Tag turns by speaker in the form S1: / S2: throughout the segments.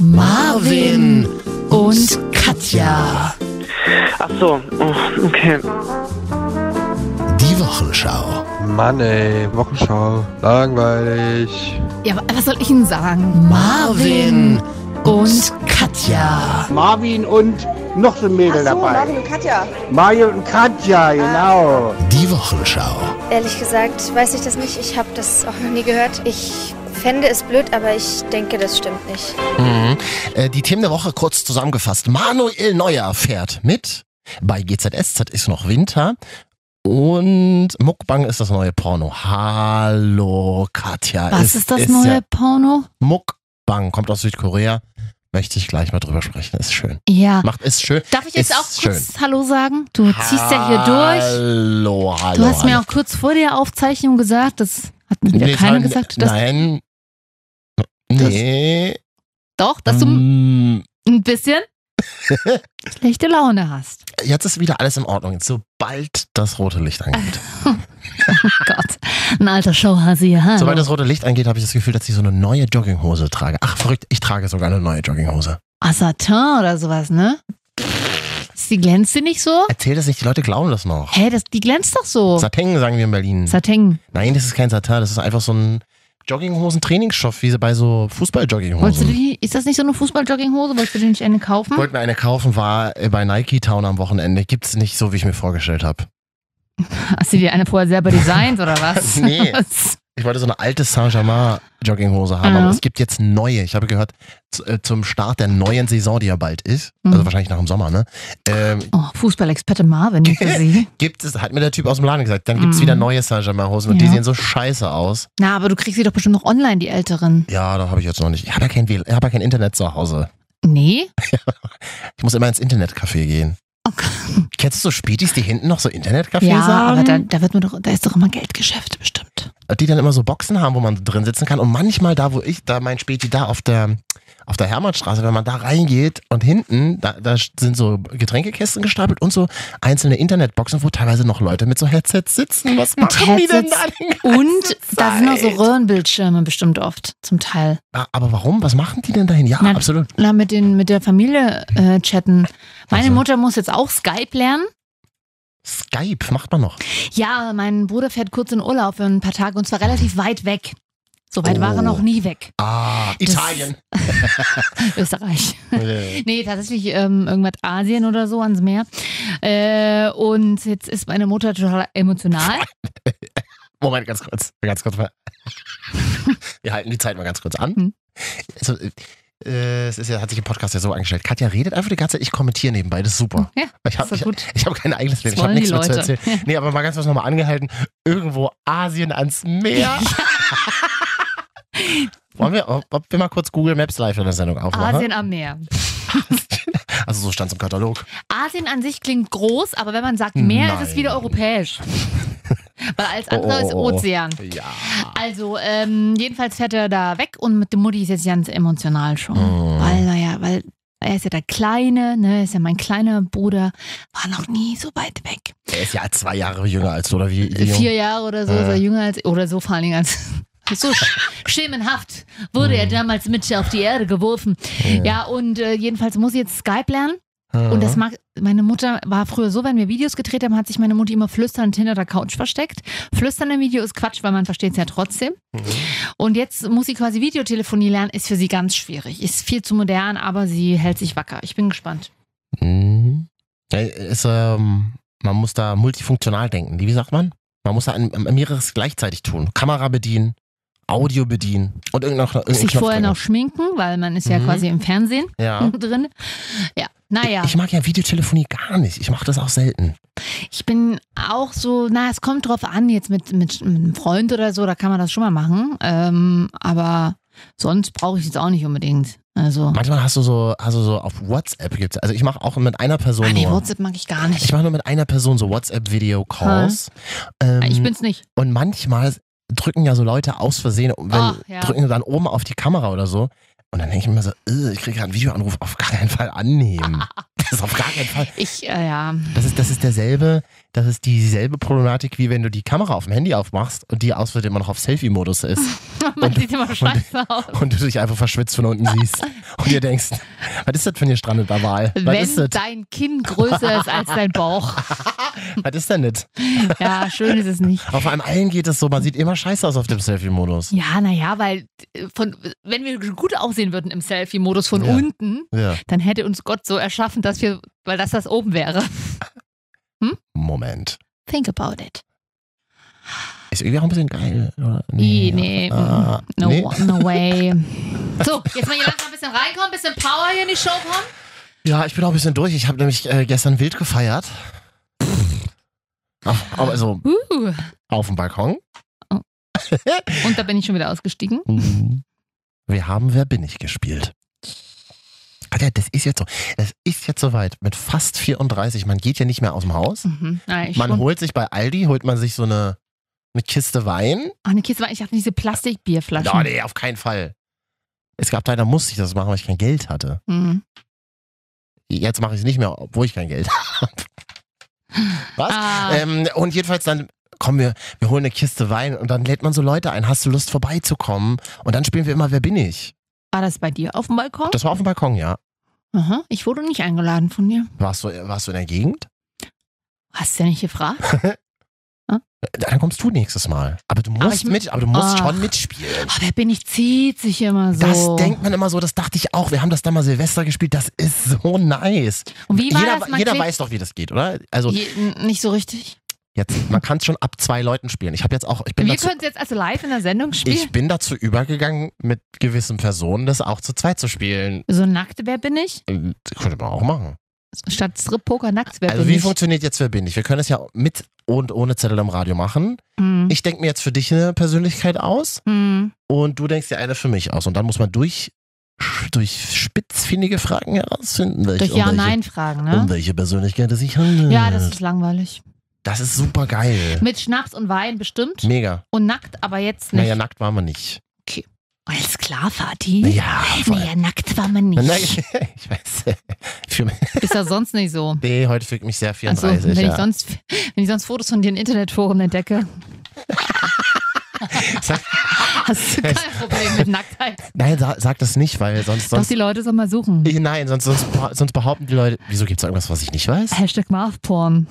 S1: Marvin und Katja.
S2: Ach so, oh, okay.
S1: Die Wochenschau.
S3: Mann ey, Wochenschau. Langweilig.
S4: Ja, wa- was soll ich Ihnen sagen?
S1: Marvin und Katja.
S5: Marvin und noch so ein Mädel dabei.
S6: Marvin und Katja. Ah.
S5: Mario und Katja, genau.
S1: Die Wochenschau.
S7: Ehrlich gesagt weiß ich das nicht. Ich habe das auch noch nie gehört. Ich fände es blöd, aber ich denke, das stimmt nicht.
S8: Äh, die Themen der Woche kurz zusammengefasst. Manuel Neuer fährt mit. Bei GZSZ ist noch Winter. Und Mukbang ist das neue Porno. Hallo, Katja.
S4: Was
S8: es
S4: ist das neue
S8: ja
S4: Porno?
S8: Mukbang kommt aus Südkorea. Möchte ich gleich mal drüber sprechen. Ist schön.
S4: Ja.
S8: Macht ist schön.
S4: Darf ich jetzt
S8: ist
S4: auch kurz Hallo sagen? Du ziehst ja hier durch.
S8: Hallo, hallo.
S4: Du hast mir
S8: hallo.
S4: auch kurz vor der Aufzeichnung gesagt, das hat mir
S8: Nee,
S4: wieder
S8: das
S4: keiner
S8: haben-
S4: gesagt, dass,
S8: Nein. Nee.
S4: doch, dass du
S8: Mm.
S4: ein bisschen schlechte Laune hast.
S8: jetzt ist wieder alles in Ordnung. Jetzt, Sobald das rote Licht angeht.
S4: Oh Gott, ein alter Showhasi. hallo.
S8: Sobald das rote Licht angeht, habe ich das Gefühl, dass ich so eine neue Jogginghose trage. Ach, verrückt, ich trage sogar eine neue Jogginghose.
S4: Assatin oder sowas, ne? Ist die glänzt die nicht so?
S8: Erzähl das nicht, die Leute glauben das noch.
S4: Hä, das, die glänzt doch so.
S8: Satin, sagen wir in Berlin.
S4: Satin.
S8: Nein, das ist kein Satin, das ist einfach so ein Jogginghosen-Trainingsstoff, wie sie bei so
S4: Wolltest du
S8: Fußball-Jogginghosen.
S4: die, ist das nicht so eine Fußball-Jogginghose? Wolltest du dir nicht eine kaufen?
S8: Wollte mir eine kaufen, war äh, bei Nike Town am Wochenende. Gibt's nicht so, wie ich mir vorgestellt habe.
S4: Hast du dir eine vorher selber designt oder was?
S8: Nee.
S4: Was?
S8: Ich wollte so eine alte Saint-Germain-Jogginghose haben,
S4: Ja.
S8: aber es gibt jetzt neue. Ich habe gehört, zu, äh, zum Start der neuen Saison, die ja bald ist, also
S4: Mhm.
S8: wahrscheinlich nach dem Sommer, ne? Ähm,
S4: Oh, Fußballexperte Marvin für sie.
S8: gibt es, hat mir der Typ aus dem Laden gesagt, dann gibt es
S4: Mhm.
S8: wieder neue Saint-Germain-Hosen und die
S4: Ja.
S8: sehen so scheiße aus.
S4: Na, aber du kriegst sie doch bestimmt noch online, die Älteren.
S8: Ja, da habe ich jetzt noch nicht. Ich habe ja, kein WL ich habe ja kein Internet zu Hause.
S4: Nee? Oh
S8: Ich muss immer ins Internetcafé gehen. Kennst du so Spätis, die hinten noch so Internetcafés
S4: ja,
S8: haben?
S4: aber da, da wird man doch, da ist doch immer Geldgeschäft bestimmt.
S8: die dann immer so Boxen haben, wo man drin sitzen kann. Und manchmal da, wo ich, da mein Späti da auf der, auf der Hermannstraße, wenn man da reingeht und hinten, da, da sind so Getränkekästen gestapelt und so einzelne Internetboxen, wo teilweise noch Leute mit so Headsets sitzen. Was
S4: Mit
S8: machen die denn
S4: Headsets
S8: da? den ganzen
S4: Und da sind auch so
S8: Zeit?
S4: Röhrenbildschirme bestimmt oft, zum Teil.
S8: Ah, Aber warum? Was machen die denn dahin? Ja,
S4: Nein.
S8: absolut.
S4: Na, mit, den, mit der Familie äh, chatten. Meine
S8: Also.
S4: Mutter muss jetzt auch Skype lernen.
S8: Skype macht man noch.
S4: Ja, mein Bruder fährt kurz in Urlaub für ein paar Tage und zwar relativ weit weg. So weit
S8: Oh.
S4: war er noch nie weg.
S8: Ah,
S4: Das-
S8: Italien.
S4: Österreich.
S8: Äh,
S4: Nee, tatsächlich ähm, irgendwas Asien oder so ans Meer. Äh, und jetzt ist meine Mutter total emotional.
S8: Moment, ganz kurz. Ganz kurz mal. Wir halten die Zeit mal ganz kurz an.
S4: Hm.
S8: Also, äh, es ist ja, hat sich im Podcast ja so angestellt. Katja redet einfach die ganze Zeit, ich kommentiere nebenbei, das ist super.
S4: Ja,
S8: Ich
S4: ist
S8: habe
S4: doch
S8: ich,
S4: gut.
S8: ich hab kein eigenes Leben,
S4: Das
S8: ich habe
S4: wollen die
S8: nichts mehr zu
S4: Leute.
S8: erzählen. Nee, aber mal ganz kurz nochmal angehalten. Irgendwo Asien ans Meer. Wollen wir, ob, ob wir mal kurz Google Maps live in der Sendung aufmachen?
S4: Asien am Meer.
S8: Also so stand es im Katalog.
S4: Asien an sich klingt groß, aber wenn man sagt Meer, ist es wieder
S8: Nein.
S4: europäisch. Weil alles andere
S8: Oh,
S4: ist
S8: oh, oh.
S4: Ozean.
S8: Ja.
S4: Also, ähm, jedenfalls fährt er da weg und mit dem Mutti ist jetzt ganz emotional schon.
S8: Mhm.
S4: Weil, naja, weil er ist ja der Kleine, ne, ist ja mein kleiner Bruder, war noch nie so weit weg.
S8: Er ist ja zwei Jahre jünger als du, oder wie? wie jung?
S4: Vier Jahre oder so ist er
S8: Äh.
S4: jünger als, oder so vor allen Dingen als, so sch schemenhaft wurde
S8: Mhm.
S4: er damals mit auf die Erde geworfen. Ja, und äh, jedenfalls muss ich jetzt Skype lernen. Und
S8: Mhm.
S4: das mag, meine Mutter war früher so, wenn wir Videos gedreht haben, hat sich meine Mutti immer flüsternd hinter der Couch versteckt. Flüstern im Video ist Quatsch, weil man versteht es ja trotzdem.
S8: Mhm.
S4: Und jetzt muss sie quasi Videotelefonie lernen, ist für sie ganz schwierig. Ist viel zu modern, aber sie hält sich wacker. Ich bin gespannt.
S8: Mhm. Ja, ist, ähm, man muss da multifunktional denken. Wie sagt man? Man muss da ein, ein mehreres gleichzeitig tun. Kamera bedienen, Audio bedienen und irgendein noch irgendeinen
S4: Sich
S8: Knopf
S4: vorher
S8: drücken.
S4: noch schminken, weil man ist ja
S8: Mhm.
S4: quasi im Fernsehen
S8: Ja.
S4: drin. Ah, Ja, naja.
S8: Ich, ich mag ja Videotelefonie gar nicht. Ich mache das auch selten.
S4: Ich bin auch so, na, es kommt drauf an, jetzt mit, mit, mit einem Freund oder so, da kann man das schon mal machen. Ähm, aber sonst brauche ich es auch nicht unbedingt. Also,
S8: Manchmal hast du so, hast du so auf WhatsApp gibt's. Also ich mache auch mit einer Person
S4: ah, nee,
S8: nur.
S4: WhatsApp mag ich gar nicht.
S8: Ich mache nur mit einer Person so WhatsApp-Video-Calls. Ähm,
S4: Ich bin's nicht.
S8: und manchmal drücken ja so Leute aus Versehen, wenn,
S4: Ach, Ah, ja.
S8: drücken dann oben auf die Kamera oder so. Und dann denke ich mir so, "Äh, ich kriege gerade einen Videoanruf, auf gar keinen Fall annehmen. Das auf gar keinen Fall.
S4: Ich, äh, ja.
S8: Das ist, das ist derselbe, das ist dieselbe Problematik, wie wenn du die Kamera auf dem Handy aufmachst und die aus Versehen immer noch auf Selfie-Modus ist
S4: Man
S8: Und-
S4: sieht immer scheiße aus.
S8: und du dich einfach verschwitzt von unten siehst und dir denkst, was ist das für eine strandeter Wahl? Was ist
S4: Wenn
S8: das?
S4: dein Kinn größer ist als dein Bauch.
S8: Was ist denn das?
S4: Ja, schön ist es nicht.
S8: Auf einem allen geht es so, man sieht immer scheiße aus auf dem Selfie-Modus.
S4: Ja, naja, weil äh, von, wenn wir gut aussehen würden im Selfie-Modus von
S8: Ja.
S4: unten,
S8: Ja.
S4: dann hätte uns Gott so erschaffen, dass wir, weil das das oben wäre.
S8: Moment.
S4: Think about it.
S8: Ist irgendwie auch ein bisschen geil. Oder?
S4: Nee, nee. mm,
S8: Ah,
S4: no,
S8: nee.
S4: no way. So, jetzt mal hier langsam ein bisschen reinkommen, ein bisschen Power hier in die Show kommen.
S8: Ja, ich bin auch ein bisschen durch. Ich habe nämlich äh, gestern wild gefeiert. Auf, auf- also
S4: Uh,
S8: auf dem Balkon.
S4: und da bin ich schon wieder ausgestiegen. Mhm.
S8: Wir haben Wer bin ich gespielt. Alter, das ist jetzt so. Das ist jetzt soweit. Mit fast 34. Man geht ja nicht mehr aus dem Haus.
S4: Mhm. Ja, ich
S8: Man
S4: schon.
S8: holt sich bei Aldi, holt man sich so eine, eine Kiste Wein.
S4: Ach, eine Kiste war, ich dachte, diese Plastikbierflaschen.
S8: Ja, nee, auf keinen Fall. Es gab Tage, da musste ich das machen, weil ich kein Geld hatte.
S4: Mhm.
S8: Jetzt mache ich es nicht mehr, obwohl ich kein Geld habe. Was?
S4: Ah,
S8: Ähm, und jedenfalls dann kommen wir, wir holen eine Kiste Wein und dann lädt man so Leute ein. Hast du Lust vorbeizukommen? Und dann spielen wir immer Wer bin ich?
S4: war das bei dir auf dem Balkon?
S8: Das war auf dem Balkon, ja.
S4: Aha, ich wurde nicht eingeladen von dir.
S8: Warst du, warst du in der Gegend?
S4: Hast du ja nicht gefragt?
S8: Dann kommst du nächstes Mal. Aber du
S4: Aber
S8: musst
S4: ich-
S8: mit, aber du musst
S4: Ach.
S8: schon mitspielen.
S4: Oh, wer bin ich? Zieht sich immer so.
S8: Das denkt man immer so, das dachte ich auch. Wir haben das da mal Silvester gespielt, das ist so nice.
S4: Und wie war
S8: jeder
S4: das? Man
S8: jeder
S4: klebt-
S8: weiß doch, wie das geht, oder? Also
S4: Je, n- nicht so richtig.
S8: jetzt, man kann es schon ab zwei Leuten spielen. Ich habe jetzt auch, ich bin
S4: Wir
S8: dazu,
S4: können es jetzt also live in der Sendung
S8: ich
S4: spielen.
S8: bin dazu übergegangen, mit gewissen Personen das auch zu zweit zu spielen.
S4: so nackt, wer bin ich?
S8: Ähm, Das könnte man auch machen.
S4: Statt Strip-Poker nackt, wer
S8: Also
S4: bin
S8: wie
S4: ich?
S8: funktioniert jetzt Wer bin ich? Wir können es ja mit und ohne Zettel am Radio machen.
S4: Hm.
S8: Ich denke mir jetzt für dich eine Persönlichkeit aus
S4: Hm.
S8: und du denkst dir eine für mich aus. Und dann muss man durch, durch spitzfindige Fragen herausfinden, welche,
S4: Durch
S8: welche,
S4: Ja-Nein-Fragen,
S8: um
S4: ne?
S8: welche Persönlichkeit es sich handelt.
S4: Ja, das ist langweilig.
S8: das ist super geil.
S4: Mit Schnaps und Wein bestimmt.
S8: Mega.
S4: Und nackt, aber jetzt nicht.
S8: Naja, nackt waren wir nicht.
S4: Alles klar, Fatih.
S8: Ja, voll.
S4: naja, nackt war man
S8: Na, ich,
S4: nicht.
S8: ich weiß. Für mich,
S4: Ist ja sonst nicht so.
S8: nee, heute fühlt mich sehr
S4: Also,
S8: 34.
S4: wenn, ich
S8: ja.
S4: sonst, wenn ich sonst Fotos von dir in Internetforen entdecke,
S8: sag,
S4: hast du kein Problem mit Nacktheit.
S8: nein, sag, sag das nicht, weil sonst.
S4: Doch
S8: sonst
S4: die Leute sollen mal suchen.
S8: ich, nein, sonst, sonst, sonst behaupten die Leute, wieso gibt es irgendwas, was ich nicht weiß?
S4: Hashtag Mouthporn.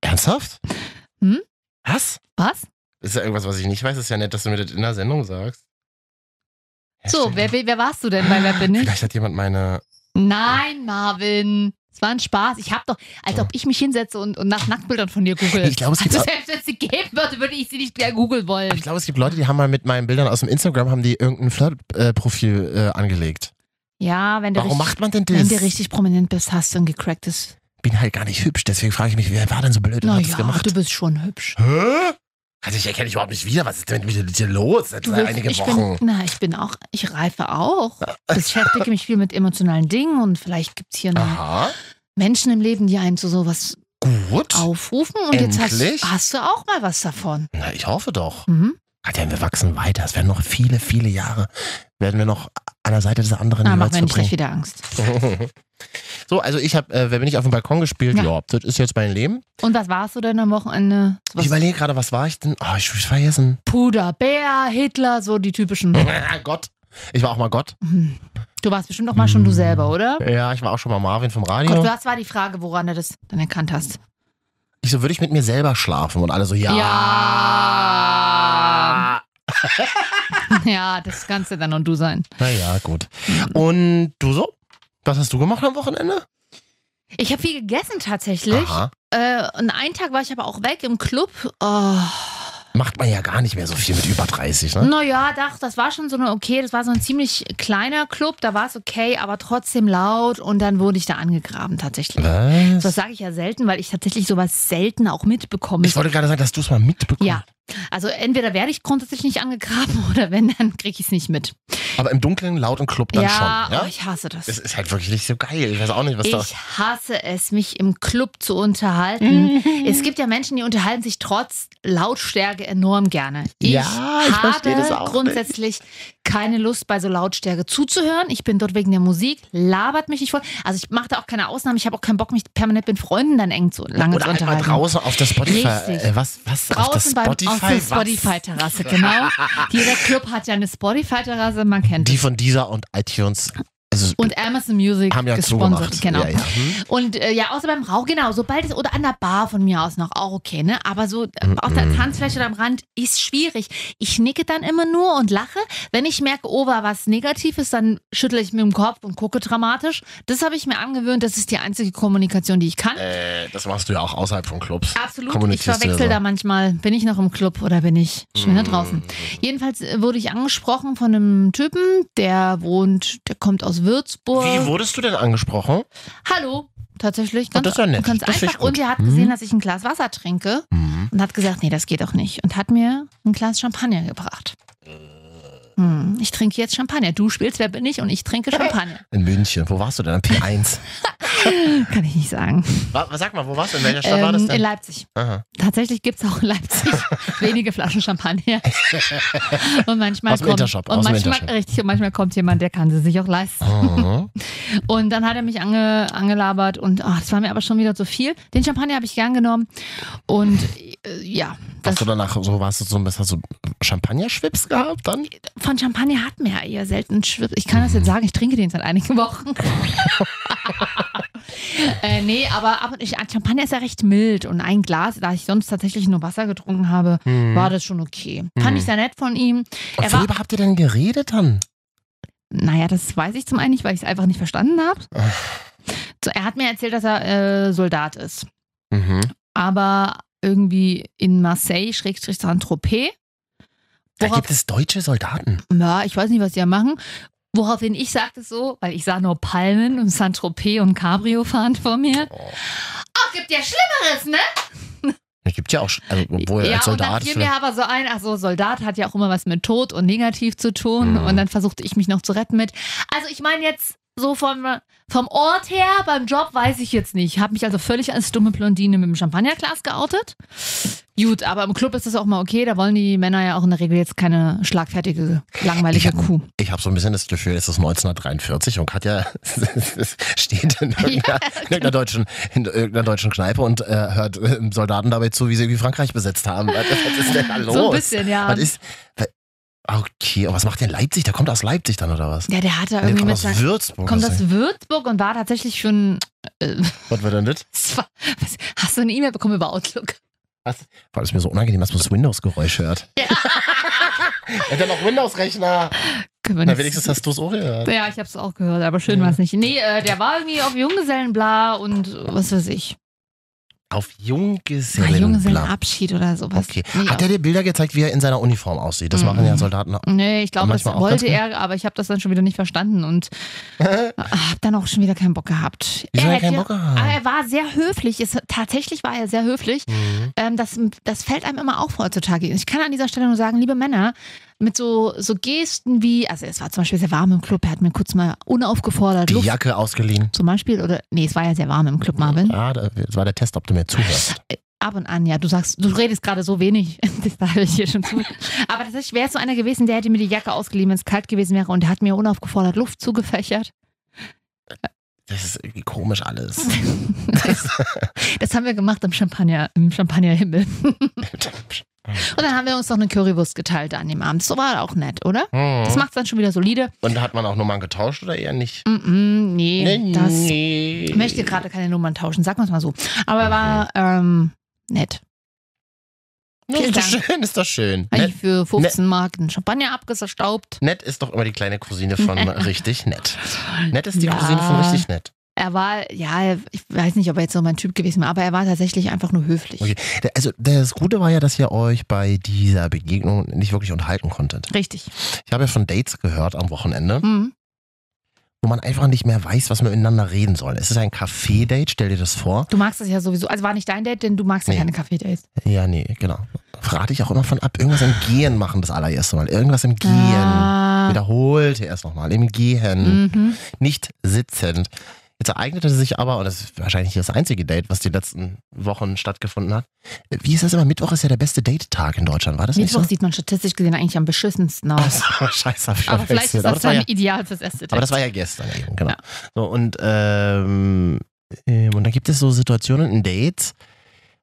S8: Ernsthaft?
S4: Hm?
S8: Was?
S4: Was?
S8: Ist ja irgendwas, was ich nicht weiß. Ist ja nett, dass du mir das in der Sendung sagst.
S4: So, wer, wer, wer warst du denn bei Wer bin ich?
S8: Vielleicht hat jemand meine.
S4: Nein, Marvin. Es war ein Spaß. Ich habe doch, als ob ich mich hinsetze und, und nach Nacktbildern von dir google.
S8: Ich glaube, es gibt
S4: also
S8: auch-
S4: selbst wenn es sie geben würde, würde ich sie nicht gleich googeln
S8: Ich
S4: wollen.
S8: glaube, es gibt Leute, die haben mal mit meinen Bildern aus dem Instagram haben die irgendein Flirt-Profil äh, angelegt.
S4: Ja, wenn du,
S8: Warum
S4: richtig,
S8: macht man denn
S4: wenn du
S8: das?
S4: richtig prominent bist, hast du ein gecracktes.
S8: Bin halt gar nicht hübsch, deswegen frage ich mich, wer war denn so blöd und hat das
S4: Naja,
S8: gemacht?
S4: du bist schon hübsch.
S8: Hä? Also ich erkenne dich überhaupt nicht wieder. Was ist denn mit mir hier los? Seit
S4: Du willst- ich Bin, na, ich bin auch, ich reife auch. Beschäftige mich viel mit emotionalen Dingen und vielleicht gibt es hier noch
S8: Aha.
S4: Menschen im Leben, die einen zu sowas
S8: Gut.
S4: aufrufen und
S8: Endlich?
S4: jetzt hast, hast du auch mal was davon.
S8: Na, ich hoffe doch.
S4: Mhm.
S8: Alter, wir wachsen weiter. Es werden noch viele, viele Jahre, werden wir noch an der Seite des anderen
S4: Na, Ah, mach
S8: jeweils
S4: mir nicht gleich
S8: verbringen.
S4: wieder Angst.
S8: so, also ich habe, äh, wer bin ich auf dem Balkon gespielt?
S4: Ja.
S8: Ja, das ist jetzt mein Leben.
S4: Und was warst du denn am Wochenende? So
S8: Ich
S4: Was
S8: überlege gerade, was war ich denn? Oh, ich hab's vergessen.
S4: Puder, Bär, Hitler, so die typischen.
S8: Ah, Gott. Ich war auch mal Gott.
S4: Mhm. Du warst bestimmt auch mal
S8: Mhm.
S4: schon du selber, oder?
S8: Ja, ich war auch schon mal Marvin vom
S4: Gott,
S8: Radio.
S4: was war die Frage, woran du das dann erkannt hast?
S8: Ich so, würde ich mit mir selber schlafen? Und alle so, ja.
S4: Ja. ja, das kannst du dann und du sein.
S8: Naja, gut.
S4: Mhm.
S8: Und du so? Was hast du gemacht am Wochenende?
S4: Ich habe viel gegessen tatsächlich.
S8: Aha.
S4: Äh, und einen Tag war ich aber auch weg im Club. Oh.
S8: Macht man ja gar nicht mehr so viel mit über 30, ne?
S4: Naja, doch, das war schon so eine okay, das war so ein ziemlich kleiner Club, da war es okay, aber trotzdem laut und dann wurde ich da angegraben tatsächlich. Das
S8: Was?
S4: sage ich ja selten, weil ich tatsächlich sowas selten auch mitbekomme.
S8: Ich wollte gerade sagen, dass du es mal mitbekommst.
S4: Ja. Also entweder werde ich grundsätzlich nicht angegraben oder wenn, dann kriege ich es nicht mit.
S8: Aber im Dunkeln, laut und Club dann
S4: ja,
S8: schon. Ja?
S4: Oh, ich hasse das.
S8: Das ist halt wirklich nicht so geil. Ich weiß auch nicht, was da.
S4: Ich hasse es, mich im Club zu
S8: Mhm.
S4: unterhalten. es gibt ja Menschen, die unterhalten sich trotz Lautstärke enorm gerne. Ich
S8: Ja, ich
S4: habe
S8: verstehe das auch
S4: grundsätzlich keine Lust, bei so Lautstärke zuzuhören. Ich bin dort wegen der Musik, labert mich nicht voll. Also ich mache da auch keine Ausnahmen. Ich habe auch keinen Bock, mich permanent mit Freunden dann eng zu lange
S8: Oder
S4: zu
S8: halt mal
S4: unterhalten.
S8: draußen auf der Spotify.
S4: Richtig.
S8: Äh, was? Was? auf der
S4: Draußen beim,
S8: Spotify?
S4: auf der
S8: was?
S4: Spotify-Terrasse, genau. Jeder Club hat ja eine Spotify-Terrasse, man kennt
S8: Die
S4: es.
S8: von dieser und iTunes. Also
S4: Und Amazon Music
S8: haben ja
S4: gesponsert,
S8: zugemacht.
S4: genau.
S8: Ja, ja. Hm.
S4: Und äh, ja, außer beim Rauch, genau, sobald es, oder an der Bar von mir aus noch, auch okay, ne? Aber so äh,
S8: Mm,
S4: auf der Tanzfläche oder am Rand ist schwierig. Ich nicke dann immer nur und lache. Wenn ich merke, oh, war was Negatives, dann schüttle ich mit dem Kopf und gucke dramatisch. Das habe ich mir angewöhnt, das ist die einzige Kommunikation, die ich kann.
S8: Äh, das machst du ja auch außerhalb von Clubs.
S4: Absolut, ich
S8: Kommunizierst du ja
S4: verwechsel
S8: so. Mm.
S4: da manchmal, bin ich noch im Club oder bin ich schneller draußen. Jedenfalls äh, wurde ich angesprochen von einem Typen, der wohnt, der kommt aus Würzburg.
S8: Wie wurdest du denn angesprochen?
S4: Hallo, tatsächlich. Ganz,
S8: das ist ja nett.
S4: ganz
S8: Das finde ich gut.
S4: einfach.
S8: Mhm.
S4: Und er hat gesehen, dass ich ein Glas Wasser trinke und hat gesagt, nee, das geht doch nicht. Und hat mir ein Glas Champagner gebracht. Hm, ich trinke jetzt Champagner. Du spielst, wer bin ich? Und ich trinke Champagner.
S8: In München. Wo warst du denn? Am P1.
S4: Kann ich nicht sagen.
S8: Wa- Sag mal, wo warst du? In welcher Stadt war das
S4: Ähm, in
S8: denn?
S4: Leipzig.
S8: Aha.
S4: Tatsächlich gibt es auch in Leipzig wenige Flaschen Champagner. und manchmal
S8: Aus dem
S4: kommt,
S8: Intershop,
S4: und
S8: aus dem
S4: manchmal,
S8: Intershop.
S4: richtig, und manchmal kommt jemand, der kann sie sich auch leisten.
S8: Mhm.
S4: Und dann hat er mich ange, angelabert und ach, das war mir aber schon wieder zu viel. Den Champagner habe ich gern genommen. Und äh, ja, das
S8: Hast du danach so, warst du so ein bisschen so Champagner-Schwips gehabt dann?
S4: von Champagner hat man ja eher selten Schwips. Ich kann das
S8: Mhm.
S4: jetzt sagen, ich trinke den seit einigen Wochen. äh, nee, aber, aber ich, Champagner ist ja recht mild und ein Glas, da ich sonst tatsächlich nur Wasser getrunken habe,
S8: Mhm.
S4: war das schon okay. Fand ich sehr nett von ihm.
S8: Hm. Und
S4: Er war,
S8: worüber habt ihr denn geredet dann?
S4: naja, das weiß ich zum einen nicht, weil ich es einfach nicht verstanden habe. So, er hat mir erzählt, dass er äh, Soldat ist.
S8: Mhm.
S4: aber irgendwie in Marseille, Schrägstrich Saint-Tropez.
S8: Da
S4: Worauf-
S8: gibt es deutsche Soldaten.
S4: Ja, ich weiß nicht, was die da machen. Woraufhin ich sagte so, weil ich sah nur Palmen und Saint-Tropez und Cabrio fahren vor mir.
S8: Oh.
S4: Ach, gibt ja Schlimmeres, ne?
S8: Es gibt ja auch, Sch- also, obwohl
S4: ja,
S8: als
S4: und dann
S8: Soldat.
S4: fiel mir aber so ein, ach so, Soldat hat ja auch immer was mit Tod und negativ zu tun.
S8: Mhm.
S4: Und dann versuchte ich mich noch zu retten mit. Also ich meine jetzt so vom, vom Ort her, beim Job weiß ich jetzt nicht. Habe mich also völlig als dumme Blondine mit dem Champagnerglas geoutet. Gut, aber im Club ist das auch mal okay. Da wollen die Männer ja auch in der Regel jetzt keine schlagfertige, langweilige
S8: Ich hab-
S4: Kuh.
S8: Ich habe so ein bisschen das Gefühl, es ist 1943 und Katja steht in irgendeiner, in irgendeiner, deutschen, in irgendeiner deutschen Kneipe und äh, hört äh, Soldaten dabei zu, wie sie irgendwie Frankreich besetzt haben. Was, was ist denn da los?
S4: So ein bisschen, ja.
S8: Was ist, wa- okay, aber was macht denn Leipzig? Der kommt aus Leipzig dann oder was?
S4: Ja, der hat da
S8: Der
S4: irgendwie
S8: kommt
S4: mit
S8: aus
S4: seinem-
S8: Würzburg.
S4: kommt
S8: aus-
S4: aus Würzburg und war tatsächlich für ein. Äh,
S8: was war denn das?
S4: was war- was, hast du eine E-Mail bekommen über Outlook?
S8: Weil es mir so unangenehm ist, dass man das Windows-Geräusch hört. Ja. Hätte noch Windows-Rechner.
S4: Können wir
S8: Na,
S4: nicht-
S8: wenigstens hast du es auch gehört.
S4: Ja, ich hab's auch gehört, aber schön
S8: Ja.
S4: war's nicht. Nee, äh, der war irgendwie auf Junggesellenbla und was weiß ich.
S8: Auf
S4: Na,
S8: Junggesellenblatt.
S4: Junggesellenabschied oder sowas.
S8: Okay.
S4: Nee,
S8: Hat er dir Bilder gezeigt, wie er in seiner Uniform aussieht? Das
S4: Mhm.
S8: machen ja Soldaten auch.
S4: Nee, ich glaube, das
S8: Manchmal auch ganz
S4: wollte
S8: gut.
S4: er, aber ich habe das dann schon wieder nicht verstanden und hab dann auch schon wieder keinen Bock gehabt.
S8: Wieso hat er
S4: hätte-
S8: keinen Bock
S4: aber
S8: gehabt?
S4: ah, er war sehr höflich. Es, tatsächlich war er sehr höflich.
S8: Mhm.
S4: Ähm, das, das fällt einem immer auf heutzutage. Ich kann an dieser Stelle nur sagen, liebe Männer, mit so, so Gesten wie, also es war zum Beispiel sehr warm im Club, er hat mir kurz mal unaufgefordert
S8: Die
S4: Luft
S8: Jacke ausgeliehen.
S4: zum Beispiel, oder, nee, es war ja sehr warm im Club, Marvin.
S8: Ja, da- das war der Test, ob du mir zuhörst.
S4: Ab und an, ja. Du sagst, du redest gerade so wenig. Das da höre ich hier schon zu. Aber tatsächlich wäre es so einer gewesen, der hätte mir die Jacke ausgeliehen, wenn es kalt gewesen wäre und der hat mir unaufgefordert Luft zugefächert.
S8: Das ist irgendwie komisch alles.
S4: Das haben wir gemacht im Champagner, im Champagnerhimmel. Und dann haben wir uns noch eine Currywurst geteilt an dem Abend. So war auch nett, oder? Das
S8: Mhm.
S4: macht's dann schon wieder solide.
S8: Und hat man auch Nummern getauscht oder eher nicht?
S4: Mm -mm, nee, das
S8: nee.
S4: Ich möchte gerade keine Nummern tauschen, sagen wir es mal so. Aber war ähm, nett.
S8: Na,
S4: Vielen
S8: Ist doch
S4: Dank.
S8: schön, ist doch schön.
S4: Habe
S8: Nett,
S4: ich für 15 Mark einen Champagner abgestaubt.
S8: nett ist doch immer die kleine Cousine von richtig nett. Nett ist die
S4: Ja.
S8: Cousine von richtig nett.
S4: Er war, ja, ich weiß nicht, ob er jetzt so mein Typ gewesen war, aber er war tatsächlich einfach nur höflich.
S8: Okay. Da- Also das Gute war ja, dass ihr euch bei dieser Begegnung nicht wirklich unterhalten konntet.
S4: Richtig.
S8: Ich habe ja von Dates gehört am Wochenende,
S4: Mhm.
S8: wo man einfach nicht mehr weiß, was man miteinander reden soll. Es ist ein Café-Date, stell dir das vor.
S4: Du magst es ja sowieso. Also war nicht dein Date, denn du magst ja
S8: Nee.
S4: keine Kaffee-Dates.
S8: Ja, nee, genau. Rate ich auch immer von ab. Irgendwas im Gehen machen das allererste Mal. Irgendwas im Gehen.
S4: Ah.
S8: Wiederholte erst nochmal. Im Gehen.
S4: Mhm.
S8: Nicht sitzend. Jetzt ereignete sich aber, und das ist wahrscheinlich das einzige Date, was die letzten Wochen stattgefunden hat. Wie ist das immer? Mittwoch ist ja der beste Date-Tag in Deutschland, war das
S4: Mittwoch
S8: nicht so?
S4: sieht man statistisch gesehen eigentlich am beschissensten aus.
S8: Ach so, scheiße, hab ich
S4: Aber vielleicht
S8: verwechselt.
S4: ist
S8: Aber
S4: das
S8: das war
S4: dann
S8: ja,
S4: ideal fürs erste Date.
S8: aber das war ja gestern eben, genau.
S4: Ja.
S8: So, und, ähm, ähm, und da gibt es so Situationen in Dates,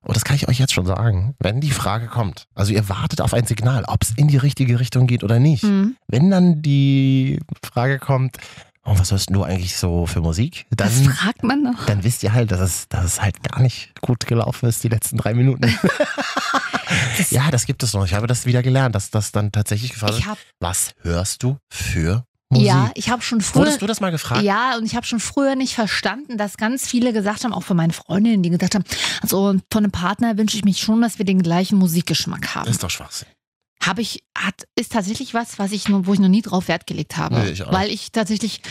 S8: und das kann ich euch jetzt schon sagen, wenn die Frage kommt, also ihr wartet auf ein Signal, ob es in die richtige Richtung geht oder nicht.
S4: Mhm.
S8: Wenn dann die Frage kommt, oh, was hörst denn du eigentlich so für Musik?
S4: Das
S8: Dann,
S4: fragt man noch.
S8: dann wisst ihr halt, dass es, dass es halt gar nicht gut gelaufen ist, die letzten drei Minuten. ja, das gibt es noch. Ich habe das wieder gelernt, dass das dann tatsächlich gefragt wird.
S4: Ich hab,
S8: Was hörst du für Musik?
S4: ja, ich habe schon früher.
S8: Wurdest du das mal gefragt?
S4: Ja, und ich habe schon früher nicht verstanden, dass ganz viele gesagt haben, auch von meinen Freundinnen, die gesagt haben, also von einem Partner wünsche ich mich schon, dass wir den gleichen Musikgeschmack
S8: Das
S4: haben.
S8: ist doch Schwachsinn.
S4: Habe ich, hat, ist tatsächlich was, was ich, nur- wo ich noch nie drauf Wert gelegt habe.
S8: Nee, ich auch nicht.
S4: weil ich tatsächlich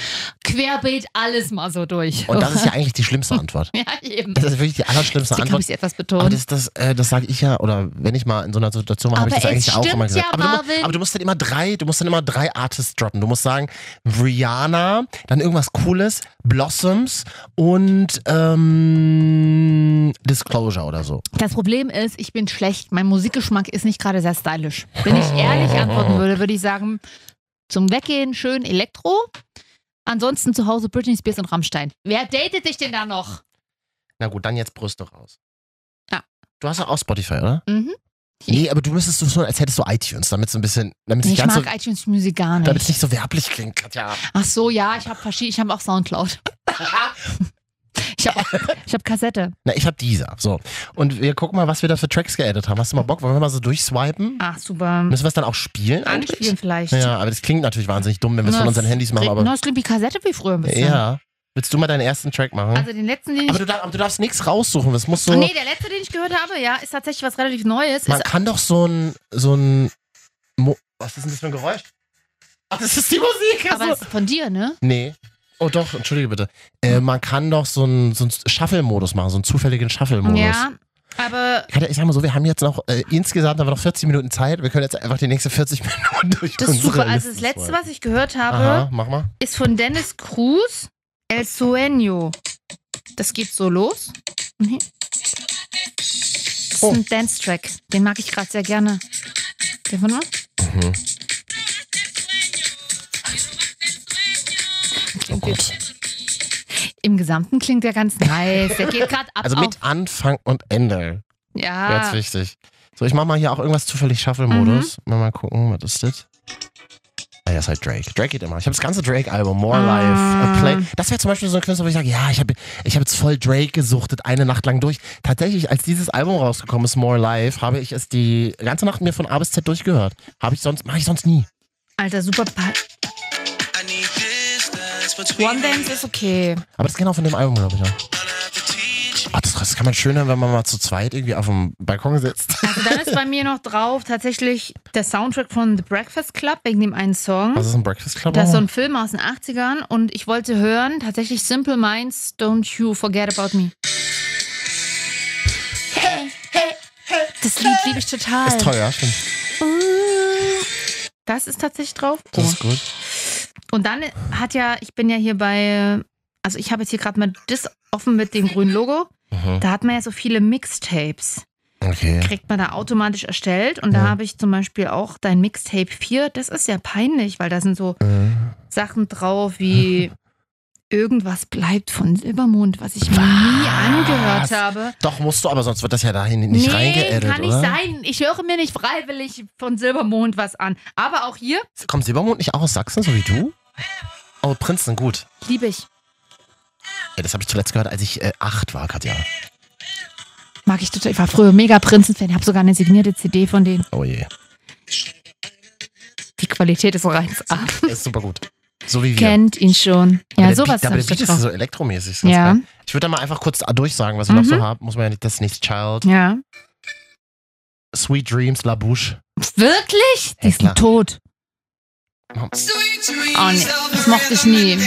S4: querbeet alles mal so durch.
S8: Und das ist ja eigentlich die schlimmste Antwort.
S4: ja, eben.
S8: Das ist wirklich die allerschlimmste
S4: Deswegen habe
S8: Antwort.
S4: ich es etwas
S8: Aber
S4: betont.
S8: das, das, äh, das sage ich ja, oder wenn ich mal in so einer Situation war, habe ich
S4: Aber
S8: das eigentlich
S4: es
S8: auch immer
S4: stimmt
S8: gesagt.
S4: ja,
S8: aber, du,
S4: Marvin.
S8: mu- aber du musst dann immer drei, du musst dann immer drei Artists droppen. Du musst sagen, Rihanna, dann irgendwas Cooles, Blossoms und ähm, Disclosure oder so.
S4: Das Problem ist, ich bin schlecht. Mein Musikgeschmack ist nicht gerade sehr stylisch. Wenn ich ehrlich antworten würde, würde ich sagen, zum Weggehen schön Elektro. Ansonsten zu Hause Britney Spears und Rammstein. Wer datet dich denn da noch?
S8: Na gut, dann jetzt Brüste raus.
S4: Ja.
S8: Du hast ja auch Spotify, oder?
S4: Mhm.
S8: Nee, aber du müsstest so tun, als hättest du iTunes, damit es ein bisschen, damit es
S4: Ich
S8: nicht ganz so,
S4: mag iTunes Music gar
S8: damit es
S4: nicht.
S8: nicht so werblich klingt, Katja.
S4: Ach so, ja, ich habe ich habe auch Soundcloud. ich habe ich hab Kassette.
S8: Na, ich hab dieser. So. Und wir gucken mal, was wir da für Tracks geaddet haben. Hast du mal Bock? Wollen wir mal so durchswipen?
S4: Ach super.
S8: Müssen wir es dann auch spielen
S4: Anspielen
S8: eigentlich?
S4: vielleicht.
S8: Ja, aber das klingt natürlich wahnsinnig dumm, wenn wir es von unseren Handys machen, aber.
S4: Das klingt wie Kassette wie früher ein bisschen.
S8: Ja. Willst du mal deinen ersten Track machen?
S4: Also den letzten, den ich Ah,
S8: aber, du darf, aber du darfst nichts raussuchen. Das muss so.
S4: Nee, der letzte, den ich gehört habe, ja, ist tatsächlich was relativ Neues.
S8: man
S4: ist,
S8: kann doch so ein. So ein Mo was ist denn das für ein Geräusch? Ach, das ist die Musik.
S4: aber
S8: Also.
S4: es ist von dir, ne?
S8: Nee. Oh doch, entschuldige bitte. Äh, man kann doch so einen so einen Shuffle-Modus machen, so einen zufälligen Shuffle-Modus.
S4: Ja, aber
S8: Katja, ich sag mal so, wir haben jetzt noch, äh, insgesamt haben wir noch 40 Minuten Zeit. Wir können jetzt einfach die nächste 40 Minuten durch
S4: das ist
S8: unsere
S4: super. Also
S8: Listen
S4: das letzte,
S8: scrollen.
S4: was ich gehört habe,
S8: Aha, mach mal.
S4: ist von Dennis Cruz, El Sueño. Das geht so los. Mhm. Das ist
S8: Oh.
S4: ein Dance-Track. Den mag ich gerade sehr gerne. Den von mal.
S8: Oh Gott.
S4: Im Gesamten klingt der ganz nice. Der geht gerade ab.
S8: Also
S4: auf. Ah.
S8: mit Anfang und Ende. Ganz
S4: Ja.
S8: wichtig. So, ich mach mal hier auch irgendwas zufällig Shuffle-Modus.
S4: Mhm.
S8: Mal mal gucken, was ist das? Ah, ja, ist halt Drake. Drake geht immer. Ich habe das ganze Drake-Album, More
S4: Ah.
S8: Life, A Play. Das wäre zum Beispiel so ein Künstler, wo ich sage, ja, ich habe ich hab jetzt voll Drake gesuchtet, eine Nacht lang durch. Tatsächlich, als dieses Album rausgekommen ist, More Life, habe ich es die ganze Nacht mir von A bis Z durchgehört. Habe ich sonst, mache ich sonst nie.
S4: Alter, super. Pa One Dance ist okay.
S8: Aber das ist genau von dem Album, glaube ich. Ja. Ach, das, das kann man schön hören, wenn man mal zu zweit irgendwie auf dem Balkon sitzt.
S4: Also dann ist bei mir noch drauf tatsächlich der Soundtrack von The Breakfast Club wegen dem einen Song.
S8: Was ist ein Breakfast Club?
S4: Das ist so ein Film aus den 80ern und ich wollte hören, tatsächlich Simple Minds, Don't You Forget About Me. Das Lied liebe ich total.
S8: ist teuer, stimmt.
S4: Das ist tatsächlich drauf.
S8: Das
S4: Oh.
S8: ist gut.
S4: Und dann hat ja, ich bin ja hier bei, also ich habe jetzt hier gerade mal das offen mit dem grünen Logo.
S8: Mhm.
S4: Da hat man ja so viele Mixtapes.
S8: Okay.
S4: kriegt man da automatisch erstellt. Und da
S8: Ja.
S4: habe ich zum Beispiel auch dein Mixtape 4. Das ist ja peinlich, weil da sind so
S8: Mhm.
S4: Sachen drauf wie irgendwas bleibt von Silbermond, was ich mir nie angehört habe.
S8: Doch, musst du, aber sonst wird das ja dahin nicht
S4: nee,
S8: reingeedit,
S4: kann nicht
S8: oder?
S4: sein. Ich höre mir nicht freiwillig von Silbermond was an. Aber auch hier
S8: Kommt Silbermond nicht auch aus Sachsen, so wie du? Oh, Prinzen, gut.
S4: liebe ich.
S8: Ey, das habe ich zuletzt gehört, als ich äh, acht war, Katja.
S4: Mag ich total. Ich war früher mega Prinzen-Fan, habe sogar eine signierte CD von denen.
S8: Oh je.
S4: Die Qualität ist Ah. reins A.
S8: Ist super gut. So wie wir.
S4: Kennt ihn schon.
S8: Aber
S4: Ja,
S8: der
S4: sowas
S8: Beat, aber
S4: hab
S8: der
S4: ich da
S8: Beat ist
S4: drauf.
S8: so elektromäßig. ist ganz
S4: Ja, Mhm.
S8: geil. Ich würde da mal einfach kurz durchsagen, was wir noch so haben. Muss man ja nicht, das ist nicht Child.
S4: ja.
S8: Sweet Dreams, La Bouche.
S4: Wirklich? Die
S8: Ja,
S4: ist
S8: klar.
S4: tot.
S8: Oh,
S4: Oh nee, das mochte ich nie.